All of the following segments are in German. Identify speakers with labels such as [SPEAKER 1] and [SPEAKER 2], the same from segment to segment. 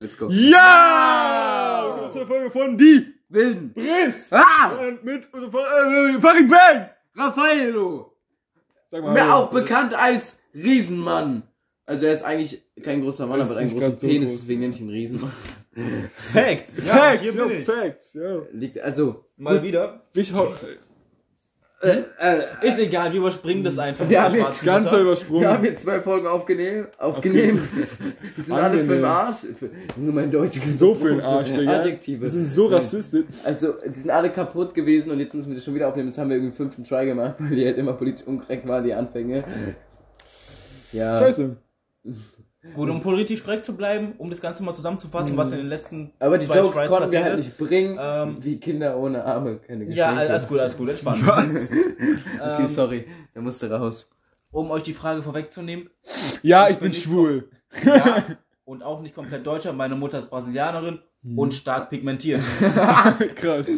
[SPEAKER 1] Let's go.
[SPEAKER 2] Ja! Willkommen zur Folge von Die
[SPEAKER 1] Wilden.
[SPEAKER 2] Briss!
[SPEAKER 1] Ah!
[SPEAKER 2] Und mit unserem Fa- äh, Farid Bang!
[SPEAKER 1] Raffaello.
[SPEAKER 2] Sag
[SPEAKER 1] Mir
[SPEAKER 2] hallo.
[SPEAKER 1] auch bekannt als Riesenmann. Also er ist eigentlich kein großer Mann,
[SPEAKER 2] Das
[SPEAKER 1] aber
[SPEAKER 2] ist
[SPEAKER 1] einen
[SPEAKER 2] nicht
[SPEAKER 1] großen
[SPEAKER 2] ganz so
[SPEAKER 1] Penis,
[SPEAKER 2] groß.
[SPEAKER 1] deswegen nenne ich ihn Riesenmann.
[SPEAKER 3] Facts. Ja,
[SPEAKER 2] Facts,
[SPEAKER 3] hier
[SPEAKER 2] yo,
[SPEAKER 3] bin ich.
[SPEAKER 2] Facts, yo.
[SPEAKER 1] Liegt, also,
[SPEAKER 3] Mal wieder.
[SPEAKER 2] Ich hau
[SPEAKER 1] äh, äh,
[SPEAKER 3] Ist egal, wir überspringen das einfach.
[SPEAKER 1] Wir haben jetzt
[SPEAKER 3] Schwarzen
[SPEAKER 2] ganz
[SPEAKER 3] Mutter.
[SPEAKER 2] übersprungen.
[SPEAKER 1] wir haben jetzt zwei Folgen aufgenehm, aufgenehm. Die sind alle für
[SPEAKER 2] Angenehm.
[SPEAKER 1] den Arsch. Für, nur mein Deutsch ist
[SPEAKER 2] so für den Arsch, Digga. Wir
[SPEAKER 1] Adjektive.
[SPEAKER 2] sind so rassistisch.
[SPEAKER 1] Also, die sind alle kaputt gewesen und jetzt müssen wir das schon wieder aufnehmen. Das haben wir irgendwie im fünften Try gemacht, weil die halt immer politisch unkorrekt waren, die Anfänge. Ja.
[SPEAKER 2] Scheiße.
[SPEAKER 3] Gut, um politisch korrekt zu bleiben, um das Ganze mal zusammenzufassen, was in den letzten
[SPEAKER 1] Aber die
[SPEAKER 3] zwei
[SPEAKER 1] Jokes
[SPEAKER 3] Strides
[SPEAKER 1] konnten wir
[SPEAKER 3] passiert
[SPEAKER 1] halt
[SPEAKER 3] ist.
[SPEAKER 1] nicht bringen,
[SPEAKER 3] Ähm,
[SPEAKER 1] wie Kinder ohne Arme keine Geschenke.
[SPEAKER 3] Ja, all- alles gut, alles gut, entspannt. Ähm,
[SPEAKER 1] Okay, sorry, da musste raus.
[SPEAKER 3] Um euch die Frage vorwegzunehmen,
[SPEAKER 2] Ja, ich
[SPEAKER 3] bin
[SPEAKER 2] bin
[SPEAKER 3] nicht
[SPEAKER 2] schwul.
[SPEAKER 3] ja, und auch nicht komplett Deutscher, meine Mutter ist Brasilianerin
[SPEAKER 1] Hm.
[SPEAKER 3] und stark pigmentiert.
[SPEAKER 2] Krass,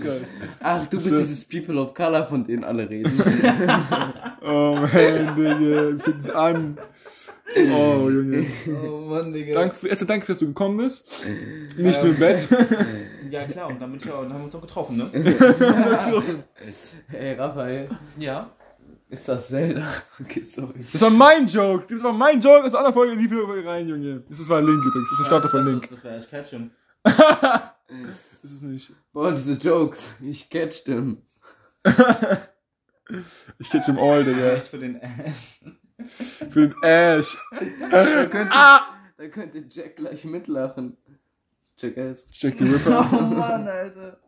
[SPEAKER 2] krass.
[SPEAKER 1] Ach, du bist
[SPEAKER 2] So.
[SPEAKER 1] dieses People of Color, von denen alle reden.
[SPEAKER 2] Oh man, Digga. Ich find's an. Oh, Junge.
[SPEAKER 1] oh Mann, Digga.
[SPEAKER 2] Danke, für- erstmal danke, dass du gekommen bist. Nicht nur im Bett.
[SPEAKER 3] Ja, klar, und dann, bin ich auch, dann haben wir uns auch getroffen, ne?
[SPEAKER 1] Ey, Raphael,
[SPEAKER 3] Ja.
[SPEAKER 1] ist das Zelda? Okay, sorry.
[SPEAKER 2] Das war mein Joke. Das war mein Joke aus einer Folge in die Folge rein, Junge. Das war Link übrigens. Das ist der Starter von
[SPEAKER 3] das,
[SPEAKER 2] Link.
[SPEAKER 3] Das, das wäre echt Ketchum.
[SPEAKER 2] Das ist nicht.
[SPEAKER 1] Boah, diese Jokes, ich catch them.
[SPEAKER 2] Ich catch im All,
[SPEAKER 3] Das wäre
[SPEAKER 2] Digga.
[SPEAKER 3] echt für den Ass.
[SPEAKER 2] Für den Ash.
[SPEAKER 1] Da könnte, da könnte Jack gleich mitlachen. Jack S.
[SPEAKER 2] Jack the Ripper.
[SPEAKER 3] Oh Mann, Alter.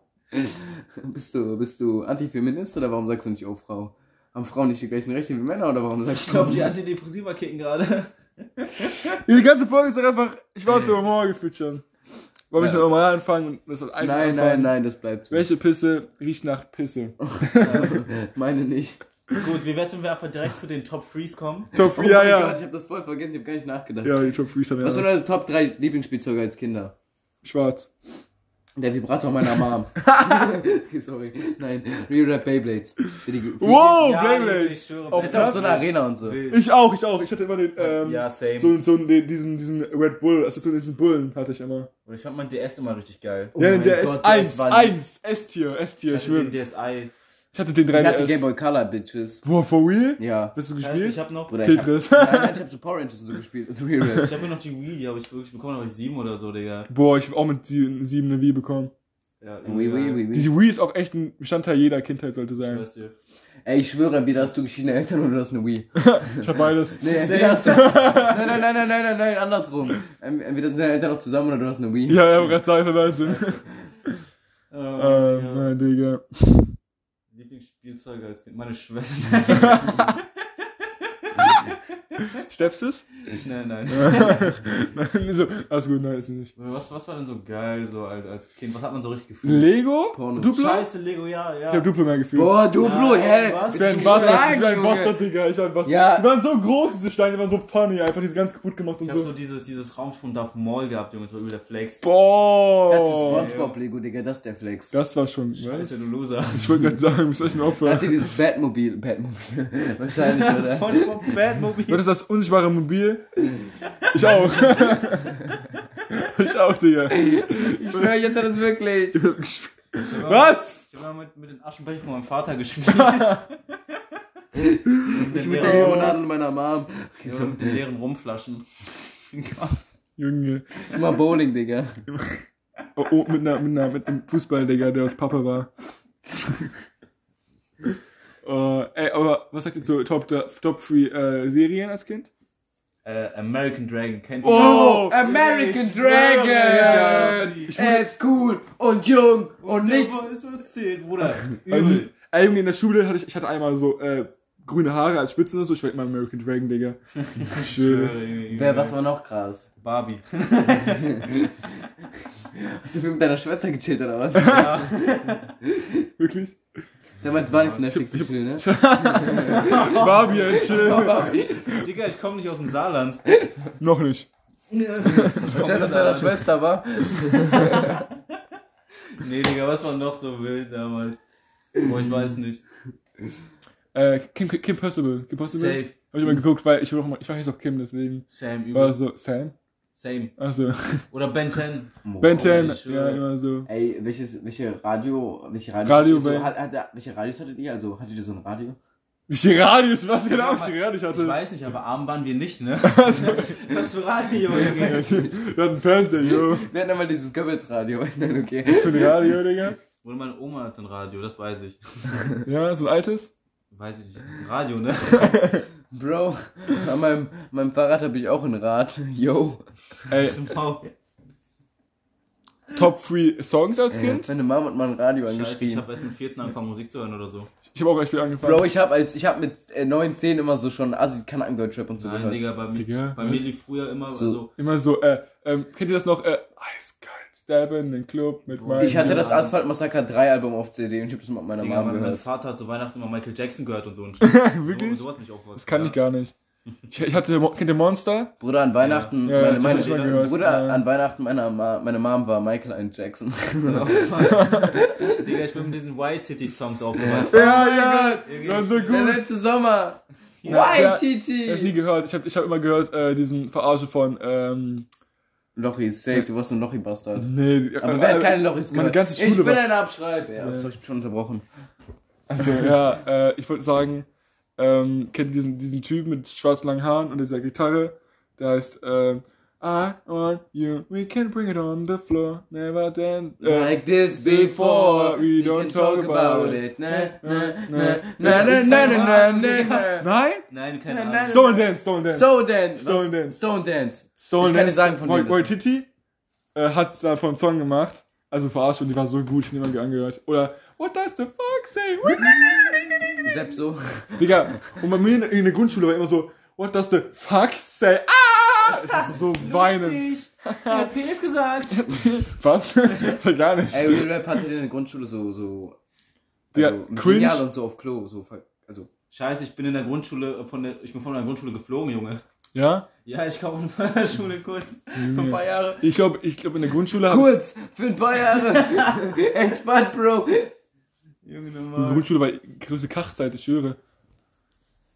[SPEAKER 1] Bist du, bist du Antifeminist oder warum sagst du nicht, oh Frau? Haben Frauen nicht die gleichen Rechte wie Männer oder warum sagst
[SPEAKER 3] Ich
[SPEAKER 1] du
[SPEAKER 3] glaube, die Antidepressiva kicken gerade.
[SPEAKER 2] Die ganze Folge ist doch einfach. Ich war zu Humor gefühlt schon. Wollen wir
[SPEAKER 1] Ja.
[SPEAKER 2] ja. normal anfangen und das soll einfach
[SPEAKER 1] Nein,
[SPEAKER 2] anfangen.
[SPEAKER 1] nein, Oh nein, das bleibt so.
[SPEAKER 2] Welche Pisse riecht nach Pisse?
[SPEAKER 1] Meine nicht.
[SPEAKER 3] Gut, wie wär's, wenn wir einfach direkt zu den Top Threes kommen?
[SPEAKER 2] Top
[SPEAKER 1] Oh
[SPEAKER 2] 3, ja,
[SPEAKER 1] mein
[SPEAKER 2] ja.
[SPEAKER 1] Gott, ich habe das voll vergessen, ich habe gar nicht nachgedacht.
[SPEAKER 2] Ja, die Top 3 haben wir.
[SPEAKER 1] Was waren
[SPEAKER 2] alle.
[SPEAKER 1] eure Top 3 Lieblingsspielzeuge als Kinder?
[SPEAKER 2] Schwarz.
[SPEAKER 1] Der Vibrator meiner Mom. okay, sorry. Nein, Real Rap Beyblades. Die- die-
[SPEAKER 2] Wow,
[SPEAKER 3] Ja,
[SPEAKER 2] Beyblade.
[SPEAKER 3] ich schwöre,
[SPEAKER 2] Auf
[SPEAKER 1] Ich hatte auch
[SPEAKER 2] Platz.
[SPEAKER 1] so eine Arena und so.
[SPEAKER 2] Ich auch, ich auch. Ich hatte immer den, ähm,
[SPEAKER 3] ja, same.
[SPEAKER 2] so, so den, diesen, diesen Red Bull, also so diesen Bullen hatte ich immer.
[SPEAKER 3] Und ich fand mein DS immer richtig geil.
[SPEAKER 1] Oh
[SPEAKER 2] ja,
[SPEAKER 1] mein
[SPEAKER 2] der
[SPEAKER 1] Gott,
[SPEAKER 2] ist
[SPEAKER 1] der
[SPEAKER 2] 1,
[SPEAKER 1] war-
[SPEAKER 2] 1, S-Tier, S-Tier,
[SPEAKER 3] Ich
[SPEAKER 2] ich
[SPEAKER 3] hatte den
[SPEAKER 2] schwöre.
[SPEAKER 3] DSi.
[SPEAKER 2] Ich hatte den
[SPEAKER 1] Ich hatte Game
[SPEAKER 2] 3DS.
[SPEAKER 1] Boy Color, Bitches.
[SPEAKER 2] Wo, for real?
[SPEAKER 1] Ja.
[SPEAKER 2] Bist du
[SPEAKER 3] Scheiße, ich
[SPEAKER 2] gespielt?
[SPEAKER 3] habe noch,
[SPEAKER 1] Bruder, ich hab, nein,
[SPEAKER 2] Tetris.
[SPEAKER 1] nein, ich hab so Power Rangers und so gespielt. Also Real Rap.
[SPEAKER 3] ich hab mir noch die Wii, die habe ich wirklich bekommen, aber ich sieben oder so, Digga.
[SPEAKER 2] Boah, ich hab auch mit 7 eine Wii bekommen.
[SPEAKER 3] Ja,
[SPEAKER 1] Oui, oui, oui, oui.
[SPEAKER 2] Diese Wii ist auch echt ein Bestandteil jeder Kindheit, sollte
[SPEAKER 3] Ich
[SPEAKER 2] sein.
[SPEAKER 3] weiß dir.
[SPEAKER 1] Ey, ich schwöre, entweder hast du geschiedene Eltern oder du hast eine Wii.
[SPEAKER 2] Ich hab beides.
[SPEAKER 1] Nee, entweder hast du. Nein, nein, nein, nein, nein, nein, nein, andersrum. Ähm, Entweder sind deine Eltern noch zusammen oder du hast eine Wii.
[SPEAKER 2] Ja, ja, gerade Seife 19.
[SPEAKER 3] Oh,
[SPEAKER 2] Ähm,
[SPEAKER 3] Digga.
[SPEAKER 2] nein, Digga.
[SPEAKER 3] Lieblingsspielzeuge als Kind. Meine Schwester.
[SPEAKER 2] Stepsis?
[SPEAKER 3] nein, nein.
[SPEAKER 2] Nein, so, alles gut, nein, ist nicht.
[SPEAKER 3] Was, was war denn so geil so als, als Kind? Was hat man so richtig gefühlt?
[SPEAKER 2] Lego?
[SPEAKER 1] Porno.
[SPEAKER 2] Duplo?
[SPEAKER 3] Hm. Scheiße, Lego, ja, ja.
[SPEAKER 2] Ich hab Duplo mehr gefühlt.
[SPEAKER 1] Boah, Duplo,
[SPEAKER 3] Nein,
[SPEAKER 1] hä?
[SPEAKER 3] was?
[SPEAKER 2] Ich
[SPEAKER 1] Bist
[SPEAKER 2] bin
[SPEAKER 1] du
[SPEAKER 2] ein Bastard, ich bin ein
[SPEAKER 1] geschlagen, Junge?
[SPEAKER 2] Bastard, Digga, ich bin ein Bastard.
[SPEAKER 1] Ja.
[SPEAKER 2] Die waren so groß, diese Steine, die waren so funny, einfach, die sind ganz kaputt gemacht
[SPEAKER 3] Ich
[SPEAKER 2] und
[SPEAKER 3] hab
[SPEAKER 2] so.
[SPEAKER 3] so dieses, dieses Raum von Darth Maul gehabt, Junge, das war übel der Flex.
[SPEAKER 1] Das ist
[SPEAKER 2] Boah.
[SPEAKER 1] Spongebob Lego, Digga, das ist der Flex.
[SPEAKER 2] Das war schon,
[SPEAKER 3] Scheiße,
[SPEAKER 2] was?
[SPEAKER 3] du Loser.
[SPEAKER 2] Ich wollte gerade sagen, müsst euch ein
[SPEAKER 1] Da Hat
[SPEAKER 2] Opfer.
[SPEAKER 1] ihr dieses Batmobil, Batmobil, wahrscheinlich, oder?
[SPEAKER 3] SpongeBob's Batmobile.
[SPEAKER 2] Wird das das unsichtbare Mobil? Ich auch. ich auch, Digga.
[SPEAKER 1] Ich schwöre, ich hatte das wirklich.
[SPEAKER 2] Was?
[SPEAKER 3] Ich habe mit, mit den Aschenbecher von meinem Vater gespielt. und
[SPEAKER 1] Ich
[SPEAKER 3] den
[SPEAKER 1] mit
[SPEAKER 3] leeren,
[SPEAKER 1] der Limonade meiner Mom.
[SPEAKER 3] ja, mit den leeren Rumflaschen.
[SPEAKER 2] Junge.
[SPEAKER 1] Immer Bowling, Digga.
[SPEAKER 2] Oh, oh mit, einer, mit, einer, mit einem Fußball, Digga, der aus Papa war. oh, ey, aber was sagt ihr zu Top, Top 3 äh, Serien als Kind?
[SPEAKER 3] äh, American Dragon kennt ihr?
[SPEAKER 2] Oh!
[SPEAKER 1] American
[SPEAKER 3] Ich schwöre,
[SPEAKER 1] Dragon!
[SPEAKER 3] Digga.
[SPEAKER 1] Er ist cool und jung und nichts.
[SPEAKER 3] ist was zählt, Bruder.
[SPEAKER 2] Also,
[SPEAKER 3] Übel.
[SPEAKER 2] ey, Junge, in der Schule hatte ich, ich hatte einmal so äh, grüne Haare als Spitzen und so. Ich war immer American Dragon, Digga. Schön.
[SPEAKER 1] Wer, was war noch krass?
[SPEAKER 3] Barbie.
[SPEAKER 1] Hast du viel mit deiner Schwester gechillt oder was?
[SPEAKER 2] Wirklich?
[SPEAKER 1] Damals war nichts Netflix zu chillen, ne?
[SPEAKER 2] Barbie, ey, chill.
[SPEAKER 3] Digga, ich komme nicht aus dem Saarland.
[SPEAKER 2] Noch nicht.
[SPEAKER 1] Anscheinend aus deiner Schwester war.
[SPEAKER 3] Nee, Digga, was war noch so wild damals? Boah, ich weiß nicht.
[SPEAKER 2] Äh, Kim, Kim Possible. Kim Possible?
[SPEAKER 3] Safe. Mhm.
[SPEAKER 2] Hab ich immer geguckt, weil ich, will auch mal, ich war jetzt auch Kim, deswegen.
[SPEAKER 3] Sam, übel.
[SPEAKER 2] War so, Sam?
[SPEAKER 3] Same.
[SPEAKER 2] Also,
[SPEAKER 3] Oder Ben 10.
[SPEAKER 2] Ben 10,
[SPEAKER 3] Oh, ich
[SPEAKER 2] ja,
[SPEAKER 3] schwöre.
[SPEAKER 2] immer so.
[SPEAKER 1] Ey, welches, welche Radio, welche
[SPEAKER 2] Radio
[SPEAKER 1] so,
[SPEAKER 2] Wellen.
[SPEAKER 1] hat, hat, welche Radios hattet ihr? Also, hattet ihr so ein Radio?
[SPEAKER 2] Welche Radius, was genau,
[SPEAKER 3] aber-
[SPEAKER 2] welche Radius ich
[SPEAKER 3] Ich
[SPEAKER 2] hatte.
[SPEAKER 3] weiß nicht, aber arm waren wir nicht, ne? Was für Radio, Junge.
[SPEAKER 2] Wir hatten Fernseher, jo.
[SPEAKER 1] Wir hatten einmal dieses Goebbels-Radio. Nein, okay.
[SPEAKER 2] Was für ein Radio, Digga.
[SPEAKER 3] Oder meine Oma hat ein Radio, das weiß ich.
[SPEAKER 2] Ja, so ein altes.
[SPEAKER 3] Weiß ich nicht. Ein Radio, ne?
[SPEAKER 1] Bro, an meinem, meinem Fahrrad habe ich auch ein Rad. Yo.
[SPEAKER 2] Ey,
[SPEAKER 3] Zum Maul.
[SPEAKER 2] Top 3 Songs als Kind.
[SPEAKER 1] Meine Mama hat mal ein Radio
[SPEAKER 3] Scheiße, ich
[SPEAKER 1] angeschrien.
[SPEAKER 3] habe erst mit 14 angefangen, Musik zu hören oder so.
[SPEAKER 2] Ich habe auch echt viel angefangen.
[SPEAKER 1] Bro, ich habe als ich habe mit äh, 9, 10 immer so schon assi Kanakendeutsch-Rap und so
[SPEAKER 3] Nein,
[SPEAKER 1] gehört.
[SPEAKER 3] Digga, bei, mir-
[SPEAKER 2] Digga,
[SPEAKER 3] bei
[SPEAKER 2] was?
[SPEAKER 3] mir lief früher immer also,
[SPEAKER 1] So.
[SPEAKER 3] so.
[SPEAKER 2] Immer so, äh, ähm, kennt ihr das noch? Äh, eiskalt stabben, den Club mit meinem.
[SPEAKER 1] Ich hatte das
[SPEAKER 3] Ahnung.
[SPEAKER 1] Asphalt Massaker 3 Album auf CD und ich habe das mit meiner
[SPEAKER 3] Digga,
[SPEAKER 1] Mama
[SPEAKER 3] mein, mein
[SPEAKER 1] gehört.
[SPEAKER 3] Vater hat zu Weihnachten immer Michael Jackson gehört und so. Und
[SPEAKER 2] Wirklich?
[SPEAKER 3] So, sowas bin ich aufgewachsen.
[SPEAKER 2] Das kann
[SPEAKER 3] ja.
[SPEAKER 2] ich gar nicht. Ich, ich hatte, Mo- kennt ihr Monster?
[SPEAKER 1] Bruder an Weihnachten,
[SPEAKER 2] Ja,
[SPEAKER 1] meine,
[SPEAKER 2] das
[SPEAKER 1] meine,
[SPEAKER 2] hab ich mal gehört.
[SPEAKER 1] Bruder
[SPEAKER 2] Ja.
[SPEAKER 1] an Weihnachten meiner Ma, meine Mom war Michael N. Jackson.
[SPEAKER 3] Digga, ich bin mit diesen White Titty Songs aufgewachsen.
[SPEAKER 2] Ja, also- ja, die waren so
[SPEAKER 1] Der
[SPEAKER 2] gut.
[SPEAKER 1] letzte Sommer.
[SPEAKER 2] Ja,
[SPEAKER 1] Why,
[SPEAKER 2] ja. Hab ich nie
[SPEAKER 1] Titi?
[SPEAKER 2] gehört. Ich habe ich hab immer gehört, äh, diesen Verarsche von, ähm,
[SPEAKER 1] Lochi, safe, du warst ein Lochi-Bastard.
[SPEAKER 2] nee.
[SPEAKER 1] Aber
[SPEAKER 2] äh,
[SPEAKER 1] wer
[SPEAKER 2] äh,
[SPEAKER 1] hat keine Lochis
[SPEAKER 2] Meine
[SPEAKER 1] gehört?
[SPEAKER 2] ganze
[SPEAKER 1] ich
[SPEAKER 2] Schule
[SPEAKER 1] bin
[SPEAKER 2] war.
[SPEAKER 1] ein Abschreiber. Ja, sorry, ich bin schon unterbrochen.
[SPEAKER 2] Also, ja, äh, ich wollte sagen, ähm, kennt ihr diesen, diesen Typen mit schwarzen langen Haaren und dieser Gitarre? Der heißt, ähm, I want you, we can bring it on the floor, never then. Äh,
[SPEAKER 1] Like this
[SPEAKER 2] before,
[SPEAKER 1] before,
[SPEAKER 2] we don't
[SPEAKER 1] can
[SPEAKER 2] talk about it.
[SPEAKER 1] Na, na,
[SPEAKER 2] na,
[SPEAKER 1] na, na, na, na, na, na, na.
[SPEAKER 2] nein?
[SPEAKER 3] Nein, keine
[SPEAKER 1] Nein,
[SPEAKER 3] Ahnung.
[SPEAKER 1] nein, nein.
[SPEAKER 2] Stone Dance, Stone Dance.
[SPEAKER 1] Stone Dance.
[SPEAKER 2] Stone
[SPEAKER 1] Was?
[SPEAKER 2] Dance.
[SPEAKER 1] Stone Dance.
[SPEAKER 2] Stone
[SPEAKER 1] Ich kann dir sagen, von
[SPEAKER 2] Moi,
[SPEAKER 1] wem das
[SPEAKER 2] Moi
[SPEAKER 1] ist.
[SPEAKER 2] Titi äh, hat davon einen Song gemacht. Also verarscht und die war so gut, ich hab niemand angehört. Oder What does the fuck say?
[SPEAKER 1] Sepp so.
[SPEAKER 2] Digga, und bei mir in, in der Grundschule war immer so What does the fuck say? Ah! Ich musste so weinen.
[SPEAKER 3] Richtig. Er hat PS gesagt.
[SPEAKER 2] Was? Gar nicht.
[SPEAKER 1] Ey, Real Rap hatte in der Grundschule so, so,
[SPEAKER 2] Digga,
[SPEAKER 1] also, mit
[SPEAKER 2] cringe.
[SPEAKER 1] Lineal und so auf Klo, so, ver- also,
[SPEAKER 3] Scheiße, ich bin in der Grundschule von der, ich bin von der Grundschule geflogen, Junge.
[SPEAKER 2] Ja?
[SPEAKER 3] Ja, ich kam von der Schule kurz. Für ein paar Jahre.
[SPEAKER 2] Ich glaube, ich glaub, in der Grundschule hab-
[SPEAKER 1] kurz, für ein paar Jahre, entspannt, Bro.
[SPEAKER 3] Junge,
[SPEAKER 2] in der
[SPEAKER 3] normal.
[SPEAKER 2] Grundschule war die größte Kachzeit, ich schwöre.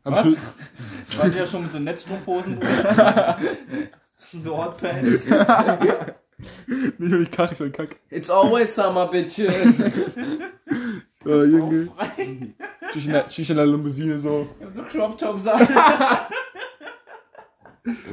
[SPEAKER 2] Hab
[SPEAKER 3] Was?
[SPEAKER 2] Ich,
[SPEAKER 3] War ich ja schon mit so Netzstrumpfhosen, Bruder. so Hotpants.
[SPEAKER 2] nicht nur die Kach, ich war Kack.
[SPEAKER 1] It's always summer, bitches.
[SPEAKER 2] Oh, Junge.
[SPEAKER 3] Frei.
[SPEAKER 2] Schicht in der- Schicht in der Limousine so.
[SPEAKER 3] Ich hab so Crop-Top-Sachen.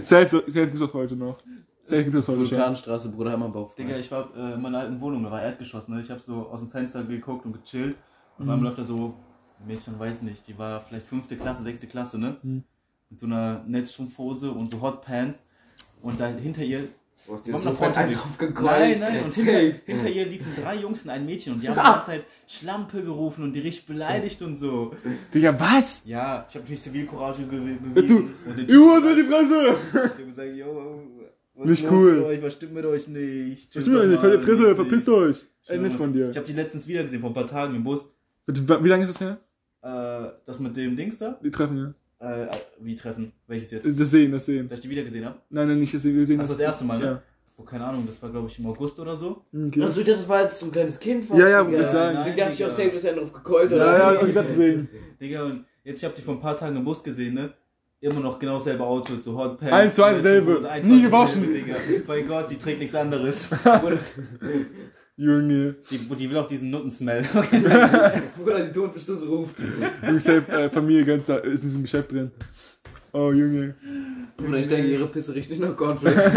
[SPEAKER 2] Selbst, selbst gibt es heute noch. Selbst gibt es heute schon.
[SPEAKER 1] Vulkanstraße, Bruder, Hammerbau.
[SPEAKER 3] Digga, ich war äh, in meiner alten Wohnung, da war Erdgeschoss, ne? Ich hab so aus dem Fenster geguckt und gechillt. Und
[SPEAKER 2] Mhm.
[SPEAKER 3] dann läuft da so, ein Mädchen, weiß nicht, die war vielleicht fünfte Klasse, sechste Klasse, ne?
[SPEAKER 2] Mhm.
[SPEAKER 3] Mit so einer Netzstrumpfhose und so Hotpants. Und da hinter ihr.
[SPEAKER 1] Du hast
[SPEAKER 3] Wir
[SPEAKER 1] dir
[SPEAKER 3] haben noch
[SPEAKER 1] sofort
[SPEAKER 3] Freunde
[SPEAKER 1] einen
[SPEAKER 3] nicht.
[SPEAKER 1] drauf gegolten.
[SPEAKER 3] Nein, nein, und hinter,
[SPEAKER 1] Safe.
[SPEAKER 3] hinter ihr liefen drei Jungs und ein Mädchen und die haben
[SPEAKER 2] Ah.
[SPEAKER 3] die ganze Zeit Schlampe gerufen und die richtig beleidigt und so.
[SPEAKER 2] Digga, was?
[SPEAKER 3] Ja, ich hab natürlich Zivilcourage ge
[SPEAKER 2] Du,
[SPEAKER 3] bewiesen. und den
[SPEAKER 2] du
[SPEAKER 3] Typen
[SPEAKER 2] hast die Fresse!
[SPEAKER 3] gesagt, ich hab gesagt, yo, was
[SPEAKER 2] Nicht
[SPEAKER 3] ist los
[SPEAKER 2] cool.
[SPEAKER 3] mit Euch? Was stimmt mit euch nicht?
[SPEAKER 2] Was tut ihr, fette Fresse,
[SPEAKER 3] Mäßig.
[SPEAKER 2] verpisst euch! Ey,
[SPEAKER 3] Schwöre.
[SPEAKER 2] nett von dir.
[SPEAKER 3] Ich habe die letztens wieder gesehen, vor ein paar Tagen im Bus.
[SPEAKER 2] Wie lange ist das her?
[SPEAKER 3] Äh, das mit dem Dings da?
[SPEAKER 2] Die treffen, ja.
[SPEAKER 3] Äh, wie treffen? Welches jetzt?
[SPEAKER 2] Das sehen, das sehen.
[SPEAKER 3] Da ich die wieder gesehen habe.
[SPEAKER 2] Nein, nein, nicht das sehen, wir sehen
[SPEAKER 3] Das war das erste Mal, ne?
[SPEAKER 2] Ja. Hm,
[SPEAKER 3] Oh, keine Ahnung, das war glaube ich im August oder so.
[SPEAKER 2] Okay.
[SPEAKER 1] du das war als so ein kleines Kind
[SPEAKER 2] Ja, ja, Digga. würde sagen.
[SPEAKER 3] Nein, Digga.
[SPEAKER 1] dass er drauf gekollt
[SPEAKER 2] Ja, ja, hab ich das sehen.
[SPEAKER 3] Digga, und jetzt, ich habe die vor ein paar Tagen im Bus gesehen, ne? Immer noch genau dasselbe Auto, zu Hotpants.
[SPEAKER 2] Eins zu eins
[SPEAKER 3] Netzhose,
[SPEAKER 2] selbe.
[SPEAKER 3] eins zu
[SPEAKER 2] Nie
[SPEAKER 3] eins
[SPEAKER 2] gewaschen.
[SPEAKER 3] selbe, Digga. Mein Gott, die trägt nichts anderes.
[SPEAKER 2] Junge.
[SPEAKER 3] Die, die will auch diesen Nuttensmell.
[SPEAKER 1] Bruder, die Tonverstoße ruft.
[SPEAKER 2] Junge, safe, äh, Familie ganz da ist in diesem Geschäft drin. Oh, Junge.
[SPEAKER 1] Bruder, ich denke, ihre Pisse riecht nicht nach Cornflakes.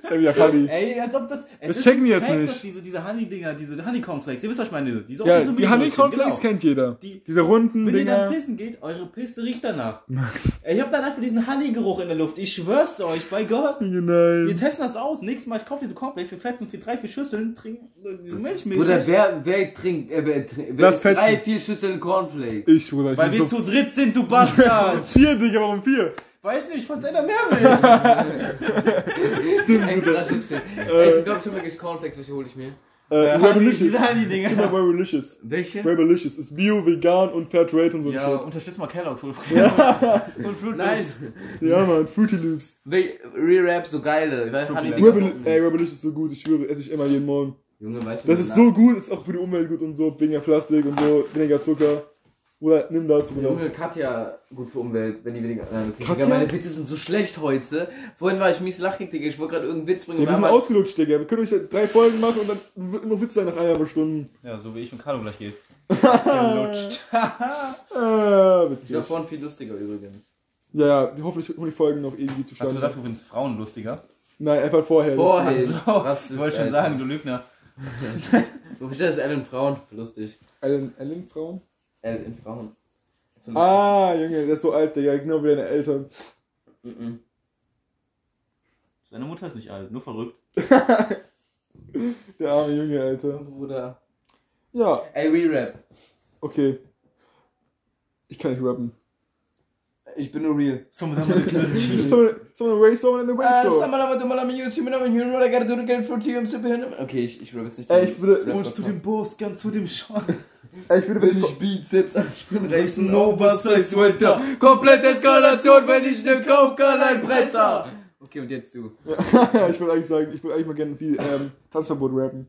[SPEAKER 2] Safe ja funny.
[SPEAKER 3] Ey, als ob das. Es
[SPEAKER 2] Das
[SPEAKER 3] ist
[SPEAKER 2] checken die
[SPEAKER 3] ein
[SPEAKER 2] jetzt
[SPEAKER 3] Fact,
[SPEAKER 2] nicht.
[SPEAKER 3] dass Diese, diese Honey-Dinger, diese Honey-Cornflakes, ihr wisst, was ich meine. Die, so
[SPEAKER 2] Ja,
[SPEAKER 3] aussehen, so
[SPEAKER 2] die
[SPEAKER 3] Mini-Brötchen,
[SPEAKER 2] Honey Cornflakes
[SPEAKER 3] genau.
[SPEAKER 2] kennt jeder.
[SPEAKER 3] Die-
[SPEAKER 2] Diese runden
[SPEAKER 3] Wenn ihr dann
[SPEAKER 2] Dinger.
[SPEAKER 3] pissen geht, eure Pisse riecht danach. Ey, ich hab dann einfach diesen Honeygeruch in der Luft. Ich schwör's euch, bei Gott.
[SPEAKER 2] Junge,
[SPEAKER 3] Wir
[SPEAKER 2] nein.
[SPEAKER 3] testen das aus. Nächstes Mal, ich kaufe diese Cornflakes, wir fetten uns die drei, vier Schüsseln, trinken diese Milchmäßig.
[SPEAKER 1] Bruder, wer, wer trinkt, äh, wer, trinkt- wer
[SPEAKER 2] Lass
[SPEAKER 1] isst drei,
[SPEAKER 2] fetzen.
[SPEAKER 1] vier Schüsseln Cornflakes?
[SPEAKER 2] Ich, Bruder, ich
[SPEAKER 3] Weil wir
[SPEAKER 2] so...
[SPEAKER 3] zu dritt sind, du Bastard.
[SPEAKER 2] Vier, Digga, warum vier?
[SPEAKER 3] Weiß nicht, falls einer mehr will.
[SPEAKER 1] Extra Schüsseln. Ey, ich glaube, ich hol mir gleich Cornflakes. Welche hole ich mir?
[SPEAKER 2] Äh,
[SPEAKER 3] Honey,
[SPEAKER 2] Revolution.
[SPEAKER 3] diese
[SPEAKER 2] Immer
[SPEAKER 3] Honey-Dinger.
[SPEAKER 2] Rebelicious.
[SPEAKER 1] Welche?
[SPEAKER 2] Rebelicious ist Bio, vegan und Fairtrade und so ein
[SPEAKER 3] Ja,
[SPEAKER 2] Shit.
[SPEAKER 3] unterstützt mal Kellogg's. Hol ja. Und Fruit
[SPEAKER 1] Nein.
[SPEAKER 3] Loops.
[SPEAKER 2] Ja, man, Fruity Loops.
[SPEAKER 1] Wel- Re-Rap, so geile. Ich weiß,
[SPEAKER 3] Fruity
[SPEAKER 1] Honey
[SPEAKER 3] Loops.
[SPEAKER 1] Dinger
[SPEAKER 2] Rebel,
[SPEAKER 1] brauchen wir
[SPEAKER 2] ey,
[SPEAKER 1] nicht.
[SPEAKER 2] Rebelicious ist so gut, ich schwöre, esse ich immer jeden Morgen.
[SPEAKER 1] Junge, weißt du,
[SPEAKER 2] Das
[SPEAKER 1] wie
[SPEAKER 2] ist
[SPEAKER 1] lang-
[SPEAKER 2] so gut, ist auch für die Umwelt gut und so, weniger Plastik und so, weniger Zucker. Bruder, nimm das, Bruder.
[SPEAKER 1] Junge, Katja, gut für Umwelt, wenn die weniger. Nein, okay.
[SPEAKER 2] Katja?
[SPEAKER 1] Digga, meine Witze sind so schlecht heute. Vorhin war ich mies lachig, Digga. Ich wollte gerade irgendeinen Witz bringen.
[SPEAKER 2] Ja, wir sind
[SPEAKER 1] aber-
[SPEAKER 2] ausgelutscht, Digga. Wir können euch ja drei Folgen machen und dann wird immer Witz sein nach eineinhalb Stunden.
[SPEAKER 3] Ja, so wie ich und Carlo gleich geht. Ausgelutscht.
[SPEAKER 2] Äh, witzig.
[SPEAKER 1] Die war vorhin viel lustiger übrigens.
[SPEAKER 2] Ja, ja, hoffentlich kommen die Folgen noch irgendwie
[SPEAKER 3] Hast du
[SPEAKER 2] zustande.
[SPEAKER 3] gesagt, du findest Frauen lustiger?
[SPEAKER 2] Nein, einfach vorher.
[SPEAKER 1] Vorher.
[SPEAKER 3] Also,
[SPEAKER 1] Was
[SPEAKER 3] ich
[SPEAKER 1] ist,
[SPEAKER 3] wollte schon
[SPEAKER 1] Alter?
[SPEAKER 3] sagen, du Lügner.
[SPEAKER 1] Du verstehst Ellen Frauen. Lustig.
[SPEAKER 2] Ellen, Ellen Frauen?
[SPEAKER 1] Ellen Frauen.
[SPEAKER 2] Ah, Junge, der ist so alt, Digga. Genau wie deine Eltern.
[SPEAKER 1] Mhm.
[SPEAKER 3] Seine Mutter ist nicht alt, nur verrückt.
[SPEAKER 2] Der arme Junge, Alter.
[SPEAKER 1] Bruder.
[SPEAKER 2] Ja,
[SPEAKER 1] Ey, Re-Rap.
[SPEAKER 2] okay. Ich kann nicht rappen.
[SPEAKER 1] Ich bin nur real. Also.
[SPEAKER 3] Someone with a clean sheet.
[SPEAKER 2] Someone someone race, someone in
[SPEAKER 1] Äh,
[SPEAKER 2] the way, so.
[SPEAKER 1] Okay, ich, ich rap jetzt nicht.
[SPEAKER 2] Ey, ich würde-
[SPEAKER 3] Spulst du den Boss, ganz zu dem Schorn.
[SPEAKER 2] Ey, ich würde, wenn ich,
[SPEAKER 1] Bizeps an, ich bin rechts ein
[SPEAKER 3] Oversize-Sweater.
[SPEAKER 1] Komplette Eskalation, wenn ich ne Coke an ein Bretter. Okay, und jetzt du.
[SPEAKER 2] ich würde eigentlich sagen, ich würde eigentlich mal gerne wie ähm, Tanzverbot rappen.